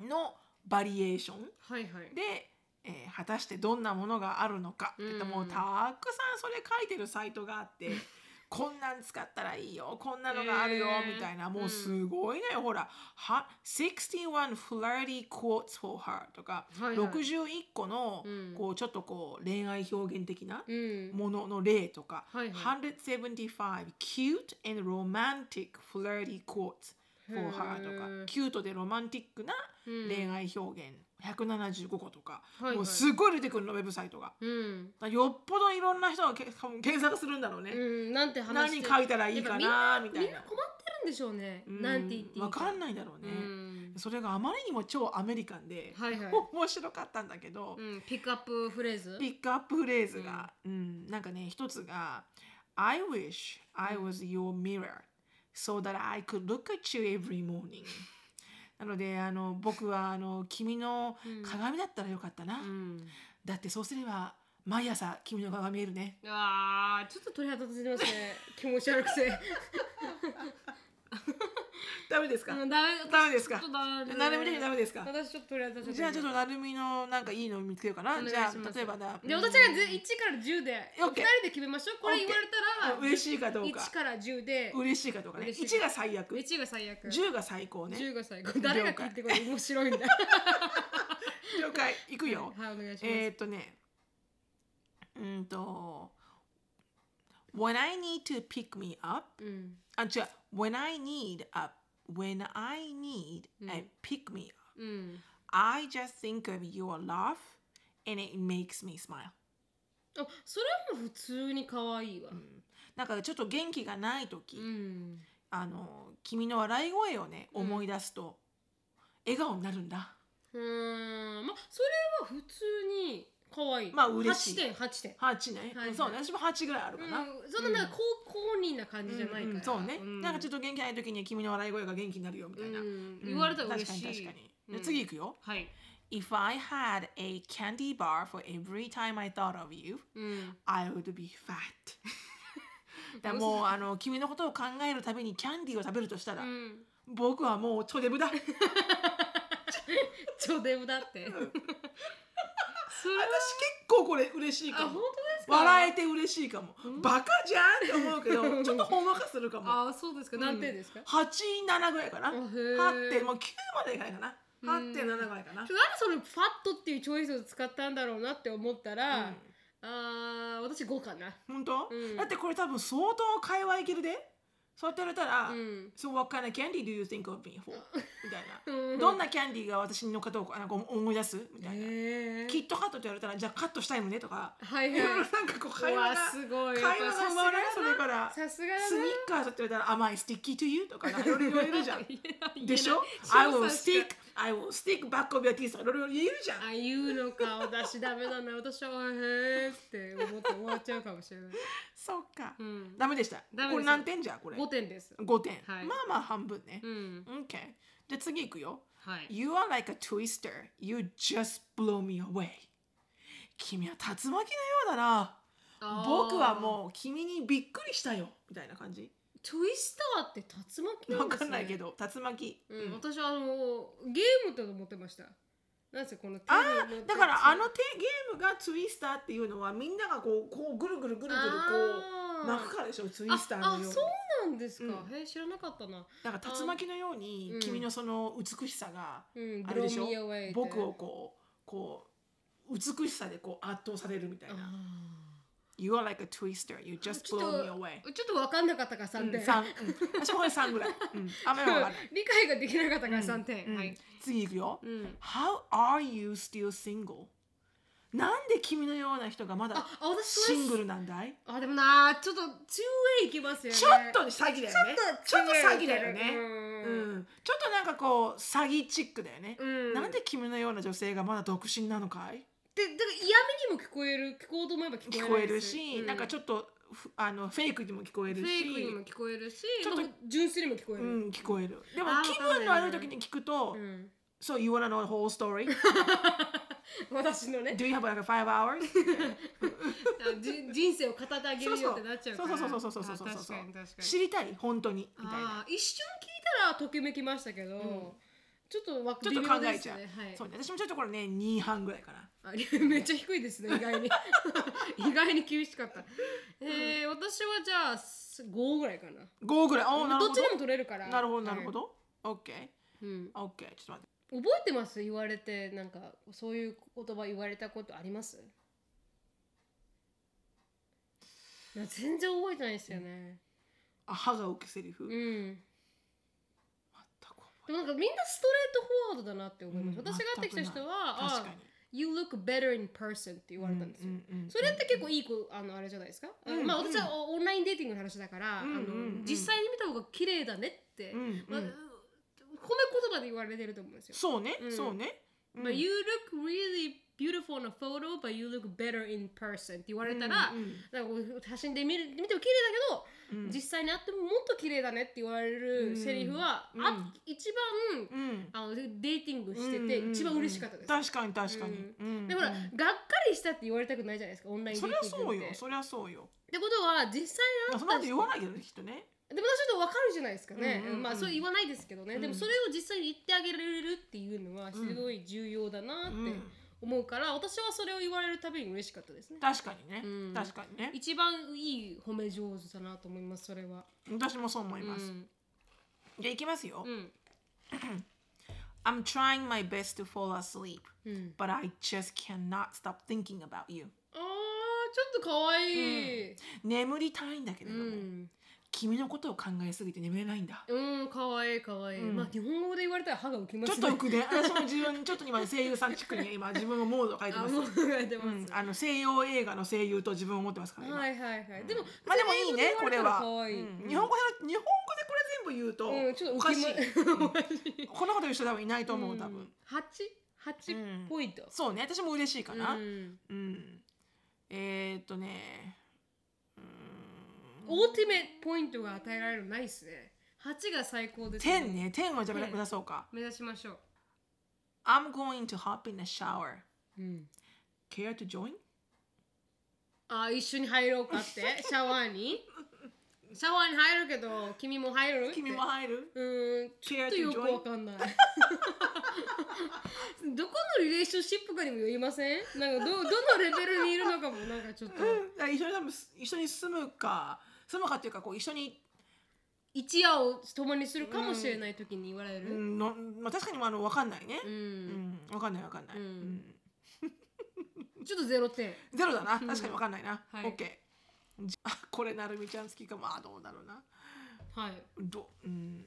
S1: うん。
S2: のバリエーション
S1: はいはい。
S2: で、えー果たしてどんなものがあるのか、
S1: うん
S2: えっともうたくさんそれ書いてるサイトがあって
S1: [laughs]
S2: こんなん使ったらいいよこんなのがあるよ、
S1: へー
S2: みたいな
S1: うん
S2: もうすごいね、ほらは61 flirty quotes for her とか、
S1: はいはい
S2: 61個の、
S1: うん
S2: こうちょっとこう恋愛表現的な
S1: うん。
S2: ものの例とか、
S1: はいはい。
S2: 175 cute and romantic flirty quotes for her と
S1: へ
S2: か
S1: ー
S2: キュートでロマンティックな
S1: うん
S2: 恋愛表現175個とか、
S1: はいはい
S2: もうすっごい出てくるのウェブサイトがだか
S1: うん。
S2: らよっぽどいろんな人がけ多分検索するんだろうね、
S1: うん。なんて話
S2: 何
S1: して
S2: 書いたらいいかなみた
S1: み
S2: い
S1: んな
S2: な
S1: 困ってるでしょうね、
S2: うん
S1: なんて言っていい
S2: わかん
S1: な
S2: ないだろう
S1: う
S2: ね、
S1: ん、
S2: それがあまりにも超アメリカンで、
S1: はい [laughs] はい、
S2: 面白かったんだけど、
S1: うん、ピックアップフレーズ
S2: ピックアップフレーズが、うんなんかね一つが「I wish I was your mirror so that I could look at you
S1: [laughs]
S2: every morning」なのであの僕はあの君の
S1: うん
S2: 鏡だったらよかったな、
S1: うん
S2: だってそうすれば毎朝君の鏡見えるね
S1: あーちょっと鳥肌立ちます [laughs] ね気持ち悪くて
S2: ダメですか、
S1: うんダメ
S2: ダメですか
S1: ちょっとダメです
S2: なるみ的にダメですか
S1: 私ちょっと鳥肌立ち
S2: じゃあちょっとなるみのなんかいいの見つけようかな
S1: お願い
S2: じゃ
S1: しま
S2: あ
S1: す
S2: 例えばな
S1: で私が1から10で
S2: オ
S1: お
S2: ッ
S1: 二
S2: ケー
S1: 人で決めましょうこれ言われたら
S2: うん嬉しいかどうか
S1: 1から10で
S2: 嬉しいかどうかね
S1: 嬉しい
S2: 1が最悪
S1: 1が最悪
S2: 10が最高ね
S1: 10が最高誰が聞いてこれ面白いんだ
S2: 了解いくよ
S1: はいお願いします、
S2: えーっとねうーんと When I need to pick me up
S1: うん
S2: あ違う When I need a When I need
S1: うん
S2: a pick me up
S1: うん
S2: I just think of your love and it makes me smile
S1: あそれはもう普通に可愛いわ
S2: うんなんかちょっと元気がない時、
S1: うん
S2: あの君の笑い声をね
S1: うん
S2: 思い出すと、笑顔になるんだ
S1: うーんまあそれは普通に可愛い
S2: まあ嬉しい
S1: 8点8点
S2: 8ね、
S1: はい
S2: そうね私も8ぐらいある
S1: う
S2: か
S1: ん
S2: な、、
S1: そんななんか高公認な感じじゃないから、
S2: うんうんそうね、なんかちょっ
S1: と
S2: と元気ない時に君の笑い声が元気になるよみたいな、うん
S1: 言われたら嬉しい
S2: 確かに確かに、
S1: うん
S2: で次いくよ
S1: はい、
S2: If I had a candy bar for every time I thought of you
S1: うん、
S2: I would be
S1: [laughs]
S2: fat だからもうあの君のことを考えるたびにキャンディーを食べるとしたら、
S1: うん
S2: 僕はもうちょ
S1: [laughs]
S2: デブだ
S1: ちょデブだって。それは
S2: 私結構これ嬉しい
S1: あ
S2: か
S1: 本当
S2: も
S1: ですか。
S2: 笑えて嬉しいかも、
S1: うん
S2: バカじゃんって思う
S1: [laughs]
S2: けどちょっとほんわかするかも
S1: あそうですか。
S2: うん
S1: 何点ですか。
S2: 87ぐらいかな
S1: あへ
S2: 8
S1: ー
S2: 点もう9までいかないかな8.7ぐらいかな
S1: ちょなんでそれファットっていうチョイスを使ったんだろうなって思ったら、
S2: うん
S1: あー私5かな。
S2: 本当、
S1: うん
S2: だってこれ多分相当会話いけるでそうやって言われたら、
S1: うん。
S2: So what kind of candy do you think of me
S1: [laughs]
S2: for? みたいな、
S1: うん
S2: どんなキャンディーが私にのかどうかなんか思い出すみたいな、
S1: へえ。
S2: キットカットって言われたらじゃあカットしたいもんねとか、
S1: はい
S2: い
S1: は
S2: ろいろ
S1: い。
S2: なんかこう会話
S1: うわ
S2: が
S1: すごい。
S2: 会話が生まれるそれから
S1: さすがだな。
S2: スニッカーズって言われたら「Am I sticky to you?」とかなんかいろいろ言われるじゃん。
S1: 言え [laughs] ない言えない
S2: でしょ
S1: 翔
S2: ?I
S1: さん
S2: will
S1: し
S2: stick,
S1: か
S2: I will stick back of your teeth とかいろいろ言えるじゃん。
S1: あ言うのか私ダメだな私はへえって思って終わっちゃうかもしれない。
S2: そっか
S1: う。ん。
S2: ダメでした。
S1: ダメです
S2: これ何点じゃこれ
S1: 5点です。
S2: ?5 点。
S1: はい
S2: まあまあ半分ね
S1: う。ん。
S2: OK。じゃあ次いくよ。
S1: はい。
S2: You are like a twister. You just blow me away. 君は竜巻のようだな。
S1: あー
S2: 僕はもう君にびっくりしたよ。みたいな感じ。
S1: トゥイスターって竜巻な
S2: わ
S1: んですね
S2: かんないけ、ど、竜巻。
S1: うん
S2: うん
S1: 私はあのゲームだと思ってましたなんせこの
S2: あ
S1: 手に乗っ
S2: ー
S1: て
S2: だからあの手ゲームがツイスターっていうのはみんながこうこうぐるぐるぐるぐるこ
S1: あー
S2: う巻くからでしょツイスターのように
S1: ああそうなんですか、
S2: う
S1: へー知らなかったな、
S2: だから竜巻のように
S1: うん
S2: 君のその美しさが
S1: うん、
S2: あれでしょ
S1: Blow me away で
S2: 僕をこうこう美しさでこう圧倒されるみたいな。
S1: あ
S2: You are like a twister. You just
S1: ちょっと
S2: blow me away.
S1: ーちょっと分かんなかったから3
S2: うん、
S1: 点、
S2: 3、うん、私もこれ3ぐらい、うん、あんまりわかんない、
S1: [laughs] 理解ができなかったから3点、
S2: うん [laughs]
S1: はい、
S2: 次いくよ、
S1: うん、
S2: How are you still single? なんで君のような人がま
S1: あ
S2: だ
S1: あ私それ
S2: シングルなんだい
S1: あでもなーちょっと 2way いきますよね
S2: ちょっと詐欺だよねち
S1: ち
S2: ょ
S1: ょ
S2: っ
S1: っ
S2: と
S1: と
S2: 詐欺だよね、
S1: うん
S2: うん、ちょっとなんかこう詐欺チックだよね、
S1: うん
S2: なんで君のような女性がまだ独身なのかい
S1: でだから嫌味にも聞こえる聞こうと思えば聞こえる
S2: 聞こえるし、なんか
S1: ょ
S2: ちょっとふあのフェイクにも聞こえ
S1: っ
S2: るし
S1: フェイクにも聞こえるし
S2: ちょっと
S1: なんか純粋にも聞こえ
S2: う
S1: る、
S2: ん、聞こえるでも
S1: あー
S2: 気
S1: わかん
S2: 分の
S1: ない
S2: 悪い時に聞くと
S1: うん
S2: 「So you wanna know the whole [laughs] story?
S1: 私
S2: [laughs]
S1: のね
S2: Do you have like five [laughs] hours?」
S1: あじ人生を語ってあげるよってなっちゃうから
S2: そうそうそうそうそうそうそうそうそう
S1: あ確かに確かに
S2: 知りたい本当にみたいな
S1: あー一瞬聞いたらときめきましたけど、ちょっとわ
S2: ちょっと考えちゃう、
S1: 微妙ですねはい
S2: そうね私もちょっとこれね2半ぐらいかな
S1: あ [laughs] めっちゃ低いですね意外に [laughs] 意外に厳しかった、えー、私はじゃあ5ぐらいかな
S2: 5ぐらいおーなる
S1: ど
S2: ほ
S1: っち
S2: ど
S1: でも取れるから
S2: なるほどなるほ
S1: は
S2: ど OKOK
S1: いうん、
S2: ちょっと待って
S1: 覚えてます言われてなんかそういう言葉言われたことありますいや全然覚えてないですよね
S2: あ歯が浮くセリフ、
S1: うん
S2: 全く覚
S1: で
S2: え
S1: もなんかみんなストレートフォワードだなって思います、
S2: うん
S1: 私が会ってきた人は
S2: ない確
S1: あ
S2: かに
S1: 「You look better in person」って言われたんですよ、
S2: うんうんうん
S1: それって結構いい子あのあれじゃないですか、あ
S2: うん
S1: まあ私はオンラインデーティングの話だから、
S2: うんうんうん
S1: あの実際に見た方が綺麗だねっって、
S2: うんうん
S1: まあ、褒め言葉で言われてると思うんですよ。
S2: そうね、
S1: うん
S2: そうね、うん
S1: But you look really beautiful in a photo, but you look better in person って言われたら、
S2: うん
S1: なんかこう写真で見る見ても綺麗だけど、
S2: うん
S1: 実際に会ってももっと綺麗だねって言われるセリフは、
S2: うん
S1: あ
S2: うん
S1: 一番
S2: うん
S1: あのデーティングしてて、一番嬉しかったです。
S2: 確かに確かに、
S1: う
S2: うん
S1: でほら、
S2: うん
S1: がっかりしたって言われたくないじゃないですかオンラインデ
S2: そ
S1: ー
S2: りゃ
S1: ティン
S2: そ
S1: グ
S2: う
S1: っ
S2: よ
S1: て。
S2: そりゃそうよ
S1: ってことは実際
S2: ま
S1: に会
S2: あそ
S1: っ
S2: んな
S1: た
S2: こと言わないけどねきっとね
S1: でも私ちょっとわかるじゃないですかね、
S2: うんうんうん
S1: まあそれ言わないですけどね、
S2: うん
S1: でもそれを実際に言ってあげられるっていうのはすごい重要だなっ
S2: う
S1: て
S2: ん
S1: 思うから、私はそれを言われるたびに嬉しかったですね
S2: 確かにね、
S1: うん
S2: 確かにね
S1: 一番いい褒め上手だなと思いますそれは
S2: 私もそう思います、
S1: うん
S2: じゃあいきますよ、
S1: うん
S2: I'm trying my best to fall asleep
S1: うん
S2: but I just cannot stop thinking about you
S1: あーちょっと可愛い
S2: 眠りたいんだけれ
S1: う
S2: ども、
S1: ん、
S2: 君のことを考えすぎて眠れないんだ
S1: うん、可愛い可愛い、
S2: うん
S1: まあ日本語で言われたら歯が浮きま
S2: ちょっ
S1: す
S2: と
S1: ね
S2: よ
S1: [laughs]
S2: くね私も自分ちょっと今声優さんチックに今自分をモードを書いて
S1: あ
S2: ます
S1: もう浮いて
S2: う
S1: ま
S2: ん
S1: す、
S2: あの西洋映画の声優と自分を持ってますから今、
S1: はいはいはい、でも
S2: まあでもいいねこれは、
S1: 可愛い、
S2: うん日本語で日本語でこれ全部言うと、
S1: うん、ちょっと
S2: おか
S1: 浮
S2: し
S1: き
S2: い
S1: ま [laughs] おかしい
S2: こんなこと言う人多分いないと思う多分、
S1: ん八八
S2: うん
S1: ポイント
S2: そうね私も嬉しいかな、
S1: うん
S2: うんえー、っとねうーん
S1: オーティメポイントが与えられるのないっすね八が最高です
S2: 天ね天はじゃあ
S1: 天
S2: 目指そうか
S1: 目指しましょ
S2: I'm going to hop in the shower
S1: う、うん、
S2: care to join?
S1: あ一緒に入ろうかってシャワーにシャワーに入るけど君も入るって
S2: 君も入る
S1: うーんちょ
S2: care
S1: っ
S2: to
S1: と
S2: join?
S1: よくわかんない [laughs] どこのリレーションシップかにもよりませんなん [laughs] かどどのレベルにいるのかもなんかちょっと
S2: うんだから一緒に多分一緒に住むか住むかっていうかこう一緒に
S1: 一夜を共にするかもしれない時に言われ
S2: う
S1: る
S2: んの、まあ、確かにまああの分かんないね
S1: う、
S2: うんん、分かんない分かんない、
S1: うん
S2: うん
S1: ちょっとゼロ点
S2: ゼロだな確かに分かんないな、
S1: はい
S2: オッケーじあこれなるみちゃん好きかもあどうだろうな
S1: はい
S2: どうん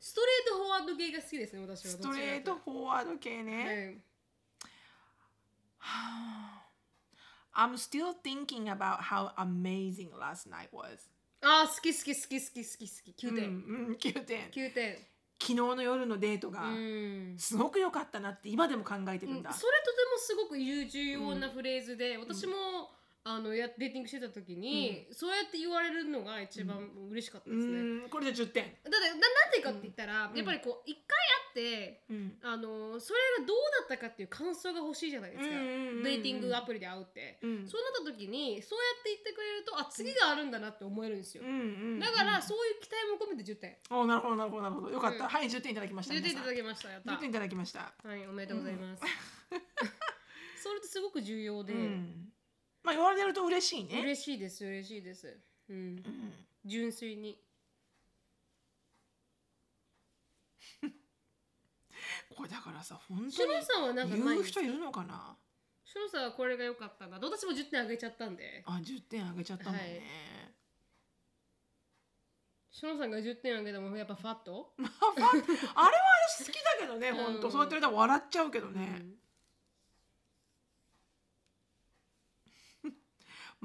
S1: ストレートフォワード系が好きですね、私は。
S2: ストレート
S1: どち
S2: フォワード系
S1: らかと
S2: ね、
S1: いうと。
S2: はあ I'm still thinking about how amazing last night was
S1: はい、あー、好き好き好き好き好き好き。9
S2: う
S1: 点。
S2: んうん、9点昨
S1: 九点。
S2: 日の夜のデート
S1: う
S2: が
S1: ん。
S2: すごく良かったなって今でも考えて
S1: そ
S2: る
S1: れ
S2: ん
S1: とて
S2: だ、
S1: もすごく重要なフレーズで、私も、あのやデーティングしてた時に、そうやって言われるのが一番嬉しかったですね。
S2: うんこれで10点、
S1: だってななんでかって言ったら、
S2: うん
S1: やっぱりこう一回会って
S2: うん、
S1: あのそれがどうだったかっていう感想が欲しいじゃないですか、デーティングアプリで会うって、
S2: うん
S1: そうなった時にそうやって言ってくれるとあ次があるんだなって思えるんですよ、
S2: うんうん
S1: だから、そういう期待も込めて10点。
S2: おなるほどなるほどなるほどよかった、
S1: うん
S2: はい10点いただきました
S1: 10点いただ
S2: き
S1: きました。やった。
S2: 10点いただきました
S1: はい、おめでとうございます。 [laughs] それってすごく重要で
S2: う、んまあ言われると嬉しいね
S1: 嬉しいです、嬉しいです。うん
S2: う、ん
S1: 純粋に。
S2: これだからさ本
S1: シュノ
S2: 当
S1: さんはなんか
S2: に
S1: ない
S2: 言
S1: ん
S2: う
S1: ですか
S2: 人いるのかな
S1: シュノさんはこれが良かったな。私も10点あげちゃったんで。
S2: あ10点あげちゃったもんね、
S1: はいシュノさんが10点あげてもやっぱファット、
S2: まあまああれは私好きだけ
S1: [laughs]
S2: どね本当、
S1: うん
S2: そうやって言われたら笑っちゃうけど
S1: う
S2: ね、
S1: ん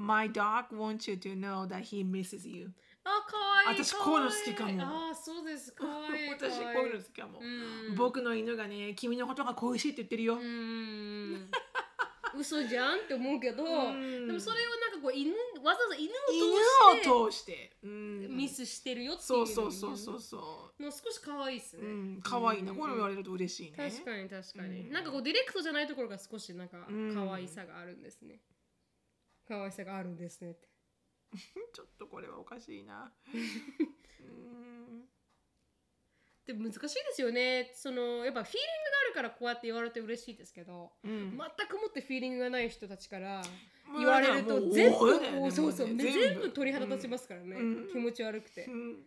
S2: My dog wants you to know that he misses you
S1: あ、かわいい。
S2: 私
S1: かわい
S2: こういうの好きかも
S1: あー、そうです。かわいい。
S2: [laughs] 私こ
S1: かわ
S2: ういう
S1: い
S2: の好きかも、
S1: うん
S2: 僕の犬がね君のことが恋しいって言ってるよ、
S1: うーん嘘じゃんって思うけど、
S2: ん
S1: でもそれをなんかこう犬わざわざ犬
S2: 犬
S1: を通して
S2: を通して、うん
S1: ミスしてるよっていう
S2: そ
S1: の
S2: うそうそうそうそ
S1: の少し可愛いです
S2: う、
S1: ね、
S2: うん、可愛いな、
S1: うん
S2: これ言われると嬉しいね
S1: 確かに確かに、
S2: うん
S1: なんかこうディレクトじゃないところが少しなんか
S2: うん
S1: 可愛さがあるんですね、可愛さがあるんですねって
S2: ちょっとこれはおかしいなうん
S1: でも難しいですよねそのやっぱフィーリングがあるからこうやって言われて嬉しいですけど、
S2: うん
S1: 全くもってフィーリングがない人たちから
S2: もう
S1: 言われると全部
S2: もうだよね
S1: こうそうそう
S2: もうね
S1: 全部鳥肌立ちますからね、
S2: うん
S1: 気持ち悪くて、
S2: うん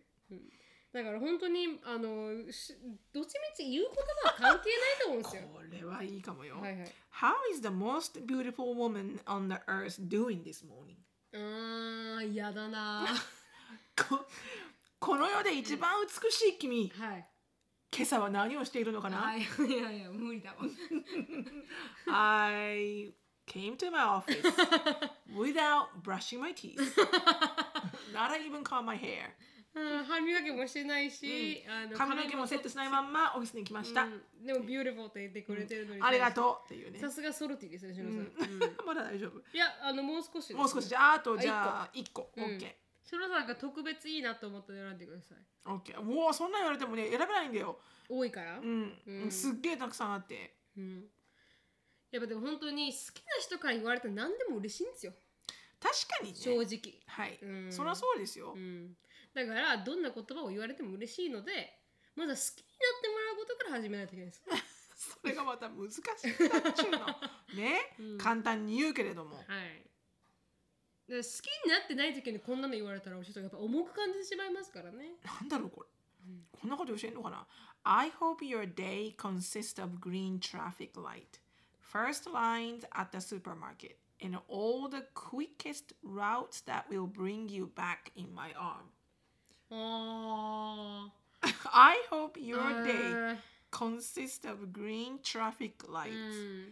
S1: だから本当にあのしどっちみち言う言葉は関係ないと思うんです
S2: こ
S1: よ。
S2: れはいいかもよ、
S1: はいはい。
S2: How is the most beautiful woman on the earth doing this morning?
S1: うーん嫌だ
S2: [laughs]
S1: な。
S2: ここの世で一番美しい君、
S1: はい。
S2: 今朝は何をしているのかな、
S1: はい [laughs] いやいや無理だわ。
S2: I came to
S1: [laughs]
S2: my office without brushing my teeth. Not even comb my hair.
S1: うん、歯磨きもしてないし、あの
S2: 髪の毛もセットしないまんまオフィスに来ました、
S1: うんでもビューティフォーって言ってくれてるのに、
S2: ありがとうっていうね
S1: さすがソルティですね、しのさん。うん
S2: まだ大丈夫
S1: いや、あのもう少しです
S2: もう少しじゃああと
S1: あ
S2: じゃあ1個
S1: うん
S2: OKOK、
S1: しのさんが特別いいなと思ったの選んでください。
S2: オッケーうわそんなん言われてもね選べないんだよ、
S1: 多いから。
S2: うん
S1: うん
S2: すっげえたくさんあって
S1: うんやっぱでも本当に好きな人から言われたら何でも嬉しいんですよ
S2: 確かに
S1: 正
S2: ね
S1: 直、
S2: はい、
S1: うん
S2: そりゃそうですよ、
S1: うん、だからどんな言葉を言われても嬉しいのでまずは好きになってもらうことから始めないといけないです、
S2: それがまた難しいなっ
S1: [laughs]
S2: ちゅうのね
S1: うんはい
S2: 簡単に言うけれども
S1: で好きになってない時にこんなの言われたらちょっとやっぱ重く感じてしまいますからね、
S2: なんだろうこれ
S1: うん
S2: こんなこと教えんのかな ?I hope your day consists of green traffic light, first lines at the supermarket, and all the quickest routes that will bring you back in my arm. [laughs]
S1: あ
S2: I hope
S1: ー
S2: your day consists of green traffic
S1: う
S2: lights,
S1: ん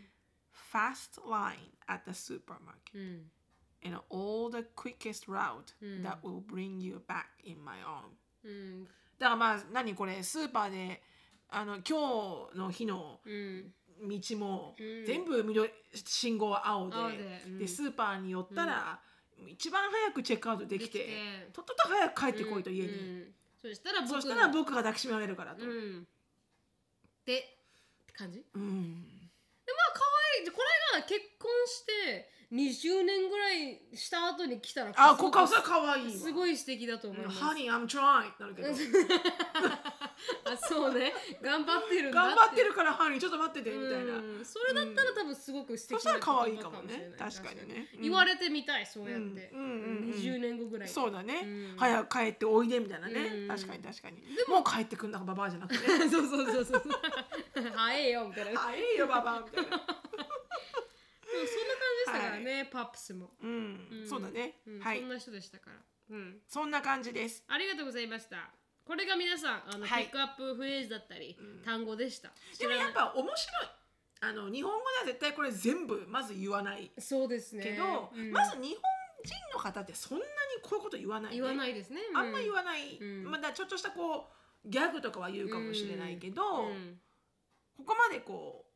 S2: fast line at the supermarket,
S1: うん、
S2: and all the quickest route
S1: うん
S2: that will bring you back in my arm.
S1: うん
S2: だからまあ何これスーパーであの今日の日の
S1: うん
S2: 道も
S1: うん
S2: 全部緑信号は青で,、
S1: 青で
S2: で
S1: うん
S2: スーパーに寄ったら、一番早くチェックアウトできて
S1: できて
S2: とっとと早く帰ってこいと家に、
S1: うんうんそしたら僕
S2: そ
S1: の
S2: したら僕が抱きしめられるからと、
S1: うんでって感じで
S2: うん
S1: まあ可愛いこれが結婚して20年ぐらいした後に来たら
S2: あここ
S1: す
S2: さかわいいわ
S1: すごい素敵だと
S2: 「
S1: 思います、
S2: ハニー I'm trying」ってなるけど
S1: あそうね頑張ってるんだ
S2: 頑張ってるからハニーちょっと待っててみたいな、
S1: うんそれだったら多分すごく素敵
S2: そしたら可愛いかも
S1: 言葉
S2: ね
S1: かもし
S2: 確
S1: れない
S2: かにね、うん
S1: 言われてみたいそうやって、
S2: うんうんうんうん
S1: 20年後ぐらいに
S2: そうだね、
S1: うん
S2: 早く帰っておいでみたいなね、
S1: うん
S2: 確かに確かにもう帰ってくんだからババアじゃなく
S1: [laughs]
S2: て
S1: そうそうそう
S2: [laughs]
S1: そう早えよみたいな
S2: 「あいいよババア」みたいな。
S1: でもそんな感じでしたからね、パップスも、
S2: うん
S1: うん
S2: そうだね、
S1: うん
S2: はい
S1: そんな人でしたから、うん、
S2: そんな感じです
S1: ありがとうございましたこれが皆さんあの、
S2: はい
S1: ピックアップフレーズだったり、
S2: うん
S1: 単語でした
S2: でも
S1: 知ら
S2: や
S1: な
S2: っ
S1: い
S2: ぱ面白いあの日本語では絶対これ全部まず言わない
S1: そうですね
S2: けど、
S1: うん
S2: まず日本人の方ってそんなにこういうこと言わない、ね、、
S1: 言わないいですね、
S2: あんま言
S1: ない
S2: わない、
S1: うん
S2: まあだからちょっとしたこうギャグとかは言うかもしれないけど、ここまでこ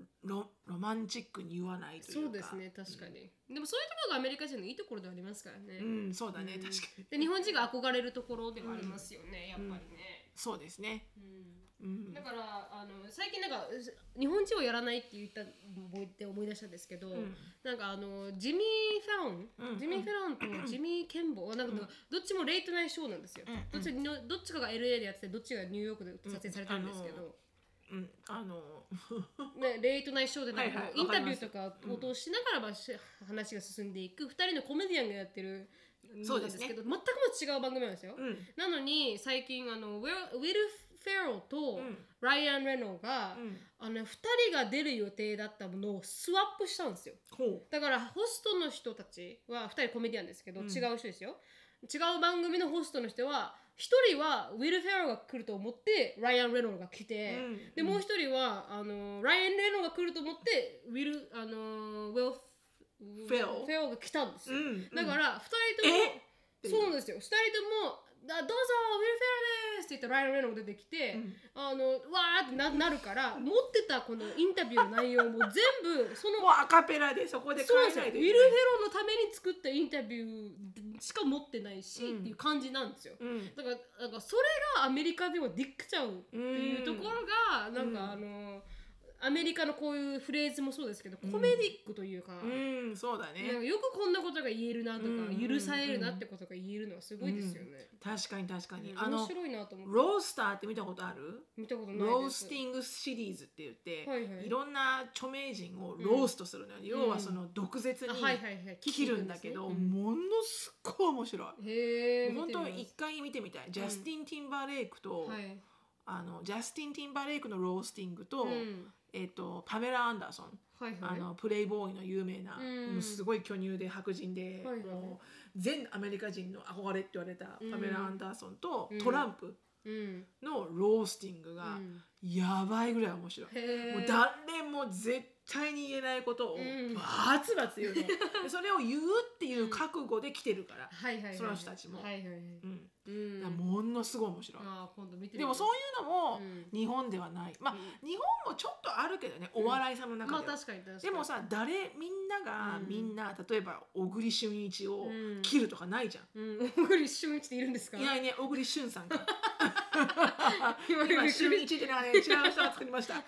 S2: うロロマンチックに言わないというか
S1: そうですね確かに、でもそういうところがアメリカ人のいいところではありますからね、
S2: うん、うんそうだね、
S1: うん
S2: 確かに
S1: で日本人が憧れるところではありますよね、
S2: うん
S1: やっぱりね、
S2: そうですね、
S1: うん
S2: うん
S1: だからあの最近なんかう日本人をやらないって言った思いって思い出したんですけど、
S2: うん
S1: なんかあのジミー・フェロ
S2: う
S1: ン、
S2: ん
S1: ジミー・フェロンとジミー・ケンボーなんか
S2: う
S1: ど
S2: ん
S1: っちもレイトナイトショーなんですよ、
S2: うんう
S1: どっ
S2: ん
S1: ちのどっちかが LA でやっててどっちがニューヨークで撮影されてるんですけど、
S2: うん、あの
S1: ね、レイトナイトショーでなんか
S2: はいはい
S1: インタビュ
S2: わ
S1: ー
S2: か
S1: と
S2: り
S1: かを通しながら、まあし話が進んでいく2人のコメディアンがやってる
S2: そうです
S1: な
S2: ね
S1: んけど全くも違う番組なんですよ、
S2: うん
S1: なのに最近あのウェルウィル・フェローと
S2: うん
S1: ライアン・レノが、
S2: うん
S1: あの2人が出る予定だったものをスワップしたんですよ
S2: ほ
S1: だからホストの人たちは2人コメディアンですけど、
S2: うん
S1: 違う人ですよ違う番組のホストの人は1人はウィル・フェローが来ると思ってライアン・レノンが来
S2: う、
S1: て、
S2: うん
S1: でもう1人はあのライアン・レノンが来ると思ってウィルあのウェルフ
S2: フェロ
S1: フ
S2: ー
S1: ェローが来たんですよ、
S2: うん
S1: だか
S2: うん
S1: ら2人とも
S2: え
S1: そうなんですよ2人とも「あどうぞウィル・フェローです」って言ってライアン・レノンが出てきて、
S2: うん
S1: あのわーってななるから持ってたこのインタビューの内
S2: [laughs]
S1: 容も全部その
S2: もうアカペラでそこで
S1: そうなん
S2: 変
S1: ですよウ
S2: えない
S1: ィ
S2: と
S1: ル・
S2: い
S1: フェ
S2: け
S1: ローのために作ったインタビューしか持ってないし、
S2: うん
S1: っていう感じなんですよ
S2: ない。
S1: だからなんかそれがアメリカではできちゃうっていうところが、
S2: ん
S1: なん
S2: うん
S1: かあのアメリカのこういうフレーズもそうですけど、
S2: うん
S1: コメディックというか,、
S2: うん、うん、そうだ
S1: なん
S2: ね。
S1: かよくこんなことが言えるなとか、
S2: うん
S1: 許されるなってことが言えるのはすごいですよね、
S2: 確かに確かに。
S1: うん
S2: あ
S1: 面
S2: の
S1: 白いなと思って
S2: ロースターって見たことある？
S1: 見たことないです
S2: ロースティングシリーズって言って、
S1: はい
S2: い
S1: はい
S2: ろんな著名人をローストするのよ。要はその毒舌
S1: あ
S2: に
S1: はいはいはい
S2: 切るんだけど、
S1: 聞いてるんですね
S2: ものすっごい面白い。
S1: うんへえ
S2: 本当一回見てみたい。ジャスティン・ティンバーレイクと、
S1: はい
S2: あのジャスティン・ティンバーレイクのロースティングと、
S1: うん
S2: えっ、とパメラ・アンダーソン。
S1: はいはい
S2: あのプレイボーイの有名な、
S1: うん
S2: もうすごい巨乳で白人で、
S1: はいはい
S2: もう全アメリカ人の憧れって言われた
S1: うん
S2: パメラ・アンダーソンと、
S1: うん
S2: トランプ
S1: うん
S2: のロースティングが
S1: うん
S2: やばいぐらい面白い、
S1: へえ
S2: もう誰も絶対に言えないことを
S1: うん
S2: バツバ
S1: [laughs]
S2: ツ言うの、でそれを言うっていう覚悟で来てるから、
S1: はいはいはいはい
S2: その人たちも
S1: はいはいはいう
S2: うん
S1: ん
S2: だからものすごい面白い、
S1: あー今度見てみ
S2: で
S1: よ
S2: もそういうのも
S1: うん
S2: 日本ではない、まあ
S1: うん
S2: 日本もちょっとあるけどねお笑いさんの中で
S1: ま
S2: は、
S1: あ確かに確かに
S2: でもさ誰みんなが
S1: うん
S2: みんな、例えば小栗旬一を
S1: うん
S2: 切るとかないじゃん、
S1: うん小栗旬一っているんですか
S2: いないね小栗旬さ
S1: [laughs]
S2: んが
S1: 今
S2: 今
S1: 小
S2: 旬
S1: 栗
S2: 一ってのはね違う人が作り
S1: [laughs]
S2: ました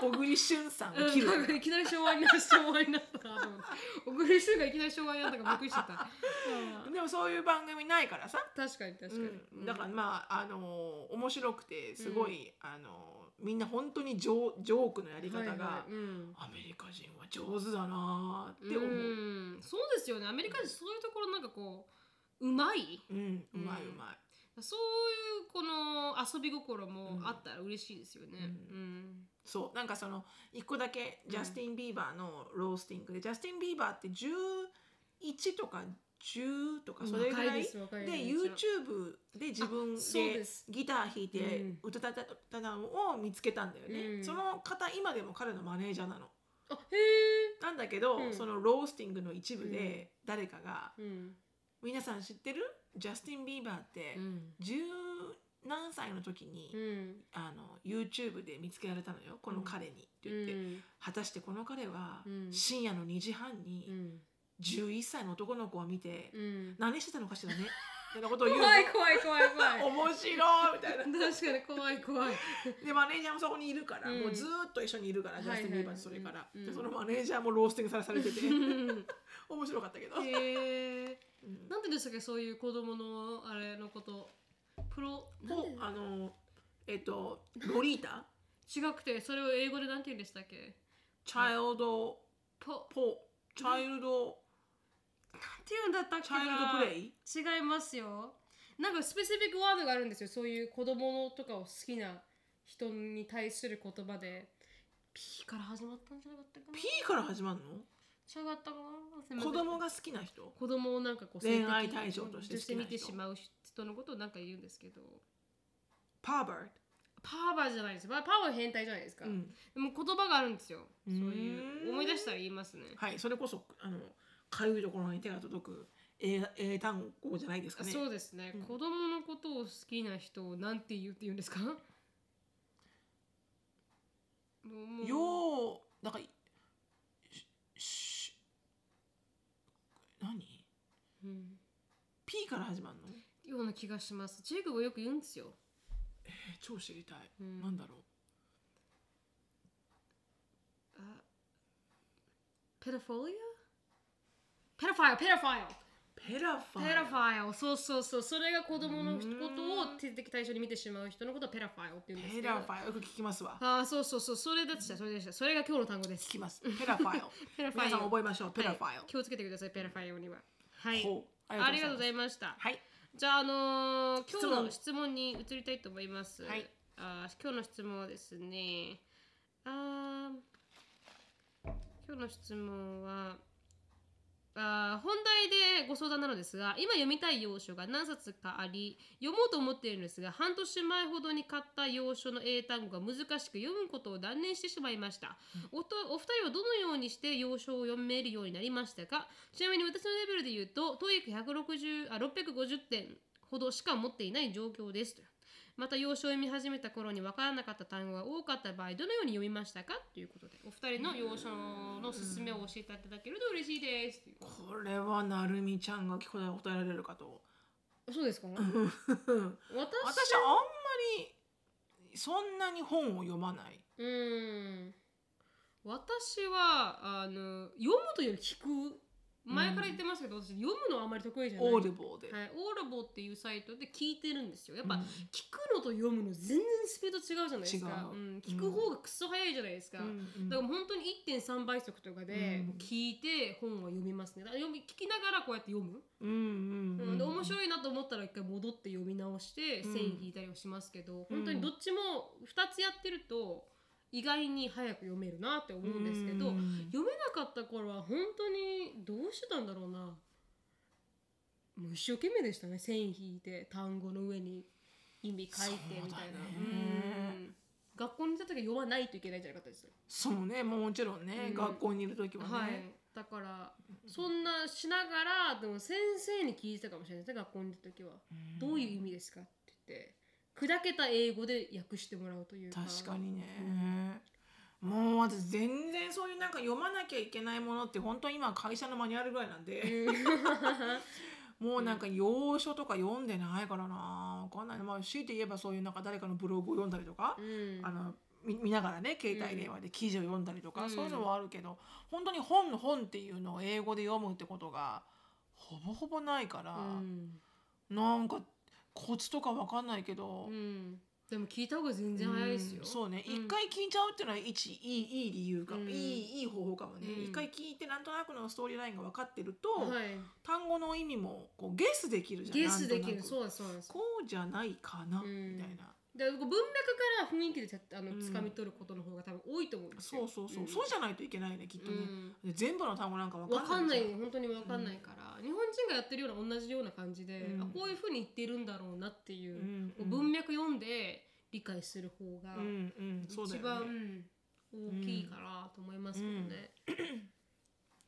S2: 小栗旬さんを切るとか
S1: うんいきなり昭和になった昭和になったかと思って小栗旬がいきなり昭和になったからびっく
S2: [laughs]
S1: りしちゃった、うん
S2: でもそういう番組ないからさ、
S1: 確かに確かに、
S2: うん、だからまああのー面白くてすごい、あのーみんな本当にジョージョークのやり方が、
S1: はいはいうん
S2: アメリカ人は上手だなーって思う。
S1: うんそうですよねアメリカ人そういうところなんかこううまい
S2: うん、
S1: う
S2: う
S1: ん
S2: まいうまい。
S1: そういうこの遊び心もあったら嬉しいですよね
S2: う
S1: うん、
S2: そうなんかその一個だけジャスティン・ビーバーのロースティングで、ジャスティン・ビーバーって11とか10とかそれぐら
S1: 若
S2: い
S1: です若
S2: で
S1: い
S2: YouTube で自分
S1: あそう
S2: で
S1: です
S2: ギター弾いて
S1: うん
S2: 歌ったたのを見つけたんだよね、
S1: うん
S2: その方今でも彼のマネージャーなの。
S1: あへ
S2: なんだけど、
S1: うん
S2: そのロースティングの一部で誰かが
S1: え、うん
S2: 「皆さん知ってるジャスティン・ビーバーって
S1: うん
S2: 十何歳の時に、
S1: うん
S2: あの YouTube で見つけられたのよこの彼に」って言って、果たしてこの彼は、
S1: うん
S2: 深夜の2時半
S1: う
S2: に
S1: ん
S2: 11歳の男の子を見て、
S1: うん
S2: 何してたのか
S1: [laughs]
S2: しらねみたいなことを言うの
S1: 怖い怖い怖い怖い
S2: [laughs] 面白いみたいな。
S1: [laughs] 確かに怖い [laughs] 怖い
S2: でマネージャーもそこにいるから、
S1: うん
S2: もうずーっと一緒にいるから、ジャスティン・ビーバーとそ
S1: はい
S2: れ
S1: はい
S2: から、
S1: うん
S2: でそのマネージャーもロースティングされされてて面白かった
S1: [laughs]
S2: けど。
S1: へえ
S2: うん
S1: なんて言うんでしたっけそういう子供のあれのことプロなん
S2: ほ
S1: て言うんだ
S2: あのえっとロリータ
S1: 違くてそれを英語でなんて言うんでしたっけ
S2: チャイルド
S1: ポ
S2: ポチャイルド
S1: なんて言うんだったっけ
S2: チャイルドプレ
S1: イ
S2: イ
S1: 違いますよなんかスペシフィックワードがあるんですよそういう子供のとかを好きな人に対する言葉で P から始まったんじゃなかったかな
S2: P から始まる
S1: 違ったか
S2: の
S1: な
S2: 子供が好きな人
S1: 子供をなんかこう
S2: 恋愛対象として好
S1: 性的
S2: きな
S1: に
S2: 人
S1: 見てしまう人のことをなんか言うんですけど
S2: パーバー
S1: パーバーじゃないですまあパーバーは変態じゃないですか、
S2: ド、うん、
S1: でも言葉があるんですよそういう
S2: ーん
S1: う思い出したら言いますね
S2: はいそれこそあのかゆいところに手が届く英英単語じゃないですか
S1: あ
S2: ね
S1: そうですね、
S2: うん
S1: 子供のことを好きな人をなんて言うって言うんですかもう
S2: ようなんかしし何
S1: うん、
S2: ?P から始まるの
S1: ような気がしますジェイクがよく言うんですよ、
S2: え超知りたい、
S1: うん
S2: なんだろう
S1: あペドフォリアペドファイルペドファイル
S2: ペラファ
S1: ペラフ
S2: ァ
S1: ァイルそうそうそうそれが子供のこと
S2: うーん
S1: を手的対象に見てしまう人のことをペラファイルって言うんです
S2: ペ
S1: けど
S2: ラファイルよく聞きますわ
S1: ああそうそうそうそれでしたそれでしたそれが今日の単語で
S2: 聞
S1: す
S2: きます。ペラファイル。
S1: [laughs] ペラファイ
S2: 皆
S1: ル
S2: さん覚えましょう。ペラファイ
S1: はい気をつけてくださいペラファイルにははい
S2: ル。ほう
S1: ありがとうござ
S2: い
S1: いました
S2: ます。はい。
S1: じゃあ、あのー
S2: 質問
S1: 今日の質問に移りたいと思います。
S2: はい
S1: あー今日の質問はですね、あー今日の質問は、あー本題でご相談なのですが、今読みたい洋書が何冊かあり、読もうと思っているんですが、半年前ほどに買った洋書の英単語が難しく読むことを断念してしまいました。おとお二人はどのようにして洋書を読めるようになりましたかちなみに私のレベルで言うと TOEIC160 あ650点ほどしか持っていない状況ですとまた洋書を読み始めた頃に分からなかった単語が多かった場合どのように読みましたかということでお二人の洋書のすすめを教えていただけると嬉しいですという
S2: これはなるみちゃんが答え答えられる
S1: [laughs]
S2: かと。
S1: そうですか
S2: 私
S1: 私
S2: は
S1: 私
S2: あんまりそんなに本を読まない。
S1: うーん私はあの読むというより聞く前から言ってますけど、私読むのはあまり得意じゃない
S2: オーディボーで。
S1: はい、オーラボっていうサイトで聞いてるんですよやっぱ、
S2: うん
S1: 聞くのと読むの全然スピード違うじゃないですか、
S2: 違うん
S1: 聞く方がクソ早いじゃないですか、
S2: うん
S1: だからもう本当に1.3倍速とかで
S2: うん
S1: 聞いて本を読みますねだから読み聞きながらこうやって読む、
S2: うんうん
S1: うん
S2: うん。
S1: で面白いなと思ったら一回戻って読み直して
S2: うん
S1: 線引いたりはしますけど、本当にどっちも2つやってると意外に早く読めるなって思うんですけど、
S2: うん
S1: 読めなかった頃は本当にどうしてたんだろうなもう一生懸命でしたね線引いて単語の上に意味書いてみたいな
S2: そうだね
S1: うん学校にいた時は読まないといけないんじゃなかったです
S2: そうねもちろんね、
S1: うん
S2: 学校にいる時はね、
S1: はい、だからそんなしながらでも先生に聞いてたかもしれないですね学校にいた時は、
S2: ん
S1: どういう意味ですかって言って砕けた英語で訳してもらうというか
S2: 確かにね、もう私全然そういうなんか読まなきゃいけないものって本当に今会社のマニュアルぐらいなん
S1: う
S2: で、
S1: ん
S2: もうなんか要所とか読んでないからなわかんないな、まあ、強いて言えばそういうなんか誰かのブログを読んだりとか、
S1: うん
S2: [laughs] あのみ見ながらね携帯電話で記事を読んだりとか、
S1: うん
S2: そういうのはあるけど本当に本の本っていうのを英語で読むってことがほぼほぼないから、
S1: うん
S2: なんかコツとかわかんないけど、
S1: うんでも聞いた方が全然早いですよ、
S2: うんそうね、
S1: うん
S2: 一回聞いちゃうっていうのは一いいいい理由かも、
S1: うん
S2: いいいい方法かもね。
S1: うん
S2: 一、回聞いてなんとなくのストーリーラインが分かってると、
S1: はい
S2: 単語の意味もこうゲスできるじゃん。
S1: ゲスでき
S2: な
S1: る
S2: んとなく
S1: そうなんですそうなんです
S2: こうじゃないかな、
S1: うん
S2: みたいな。
S1: で文脈から雰囲気でたあの
S2: うん
S1: 掴み取ることの方が多分多いと思うんです
S2: そ
S1: よ
S2: うそうそう、
S1: ん
S2: そうじゃないといけないねきっとね。
S1: うん
S2: で全部の単語なんか分
S1: わ
S2: か
S1: か
S2: ん
S1: ん
S2: な
S1: ないい
S2: じゃん
S1: 本当にわかんないから、日本人がやってるような同じような感じで、
S2: うん
S1: あこういうふうに言ってるんだろうなっていうう、
S2: ん
S1: こう文脈読んで理解する方が
S2: うんうん、そうだ
S1: 一
S2: よね。
S1: 番大きいかなと思いますけどね、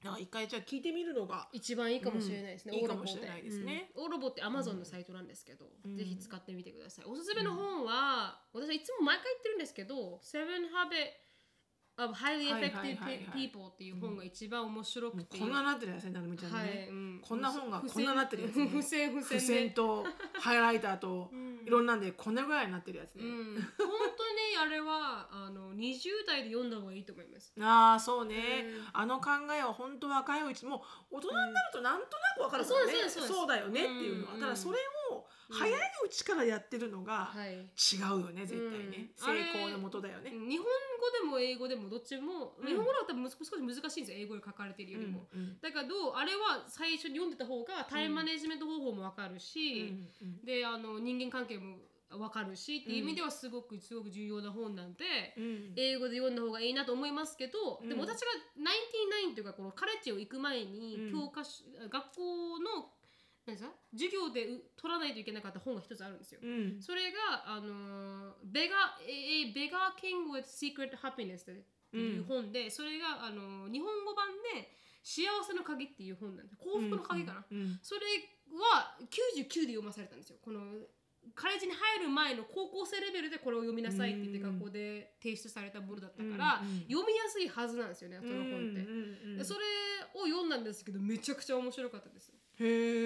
S2: なんか一回じゃあ聞いてみるのが、
S1: 一番いいかもしれないですね、
S2: うん
S1: オーロボ
S2: いいかもしれないですね
S1: うんオーロボってアマゾンのサイトなんですけど、
S2: うん
S1: ぜひ使ってみてくださいおすすめの本は、私はいつも毎回言ってるんですけど「Seven Habits of
S2: はい
S1: Highly
S2: はい
S1: Effective
S2: はいはい
S1: People」っていう本が一番面白
S2: も
S1: く
S2: う
S1: て、
S2: こんななってるやつねなるみちゃんね。
S1: はい、うん
S2: こんな本が
S1: 付
S2: こんななってるや
S1: [laughs]
S2: つね
S1: 付箋付
S2: 付
S1: 箋で
S2: 箋とハイライターと
S1: うん
S2: いろんなんでこんなぐらいになってるやつ
S1: う
S2: ね。
S1: ん、本当にあれはあの20代で読んだ方がいいと思います。
S2: ああそうね、
S1: うん
S2: あの考えは本当若いうちもう大人になるとなんとなくわかるもんね、
S1: うんそうですそうです
S2: だよねっていうのは、
S1: うん
S2: ただそれを早いうちからやってるのが
S1: はい、うん
S2: 違うよね絶対ね、
S1: うんあれ
S2: 成功のもとだよね。
S1: 日本語でも英語でもどっちも、
S2: うん
S1: 日本語の方が多分少し難しいんですよ英語で書かれてる
S2: う
S1: よ
S2: ん
S1: りも。
S2: うん
S1: だけどあれは最初に読んでた方がタイムマネジメント方法もわかる
S2: う
S1: し、
S2: んうん
S1: であの人間関係もわかるしっていう意味ではすごくすごく重要な本なんで。
S2: うん
S1: 英語で読んだ方がいいなと思いますけど、
S2: うん
S1: でも私が99というかこのカレッジを行く前に
S2: うん
S1: 教科書、学校の何ですか授業でう取らないといけなかった本が一つあるんですよ。
S2: うん
S1: それが、あのー「ベガ・えーベガー・キング・with Secret Happiness」っていう本で、それが、あのー日本語版で「幸せの鍵」っていう本なんで幸福の鍵かな、
S2: うんうん
S1: それは99で読まされたんですよこのカレッジに入る前の高校生レベルでこれを読みなさいって言って
S2: うん
S1: 学校で提出されたものだったから、読みやすいはずなんですよねその本って、
S2: うん
S1: でそれを読んだんですけどめちゃくちゃ面白かったです
S2: へ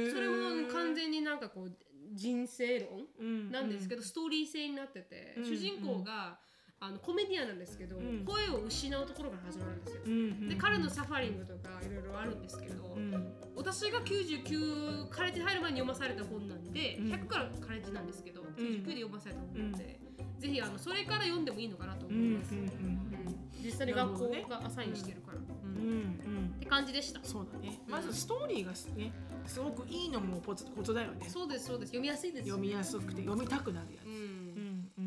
S2: ー
S1: それも完全になんかこう人生論
S2: うん
S1: なんですけど、ストーリー性になってて、
S2: うん
S1: 主人公があのコメディアンなんですけど、
S2: うん
S1: 声を失うところから始まるんですよ、
S2: うんうん
S1: で彼のサファリングとかいろいろあるんですけど、
S2: うん
S1: 私が99カレッジに入る前に読まされた本なんで、
S2: うん
S1: 100からカレッジなんですけど、99で読まされた本なんで、ぜひあのそれから読んでもいいのかなと
S2: う
S1: 思い
S2: ん
S1: ます、
S2: うん
S1: うん実際に学校がアサインしてるから、
S2: うんう
S1: うんっ
S2: んうん
S1: て感じでした
S2: そうだね
S1: うん
S2: まずストーリーがすねすごくいいのもポツことだよね
S1: そうですそうです読みやすいです
S2: 読みやすくて読みたくなるや
S1: う
S2: つ、
S1: ん、
S2: うん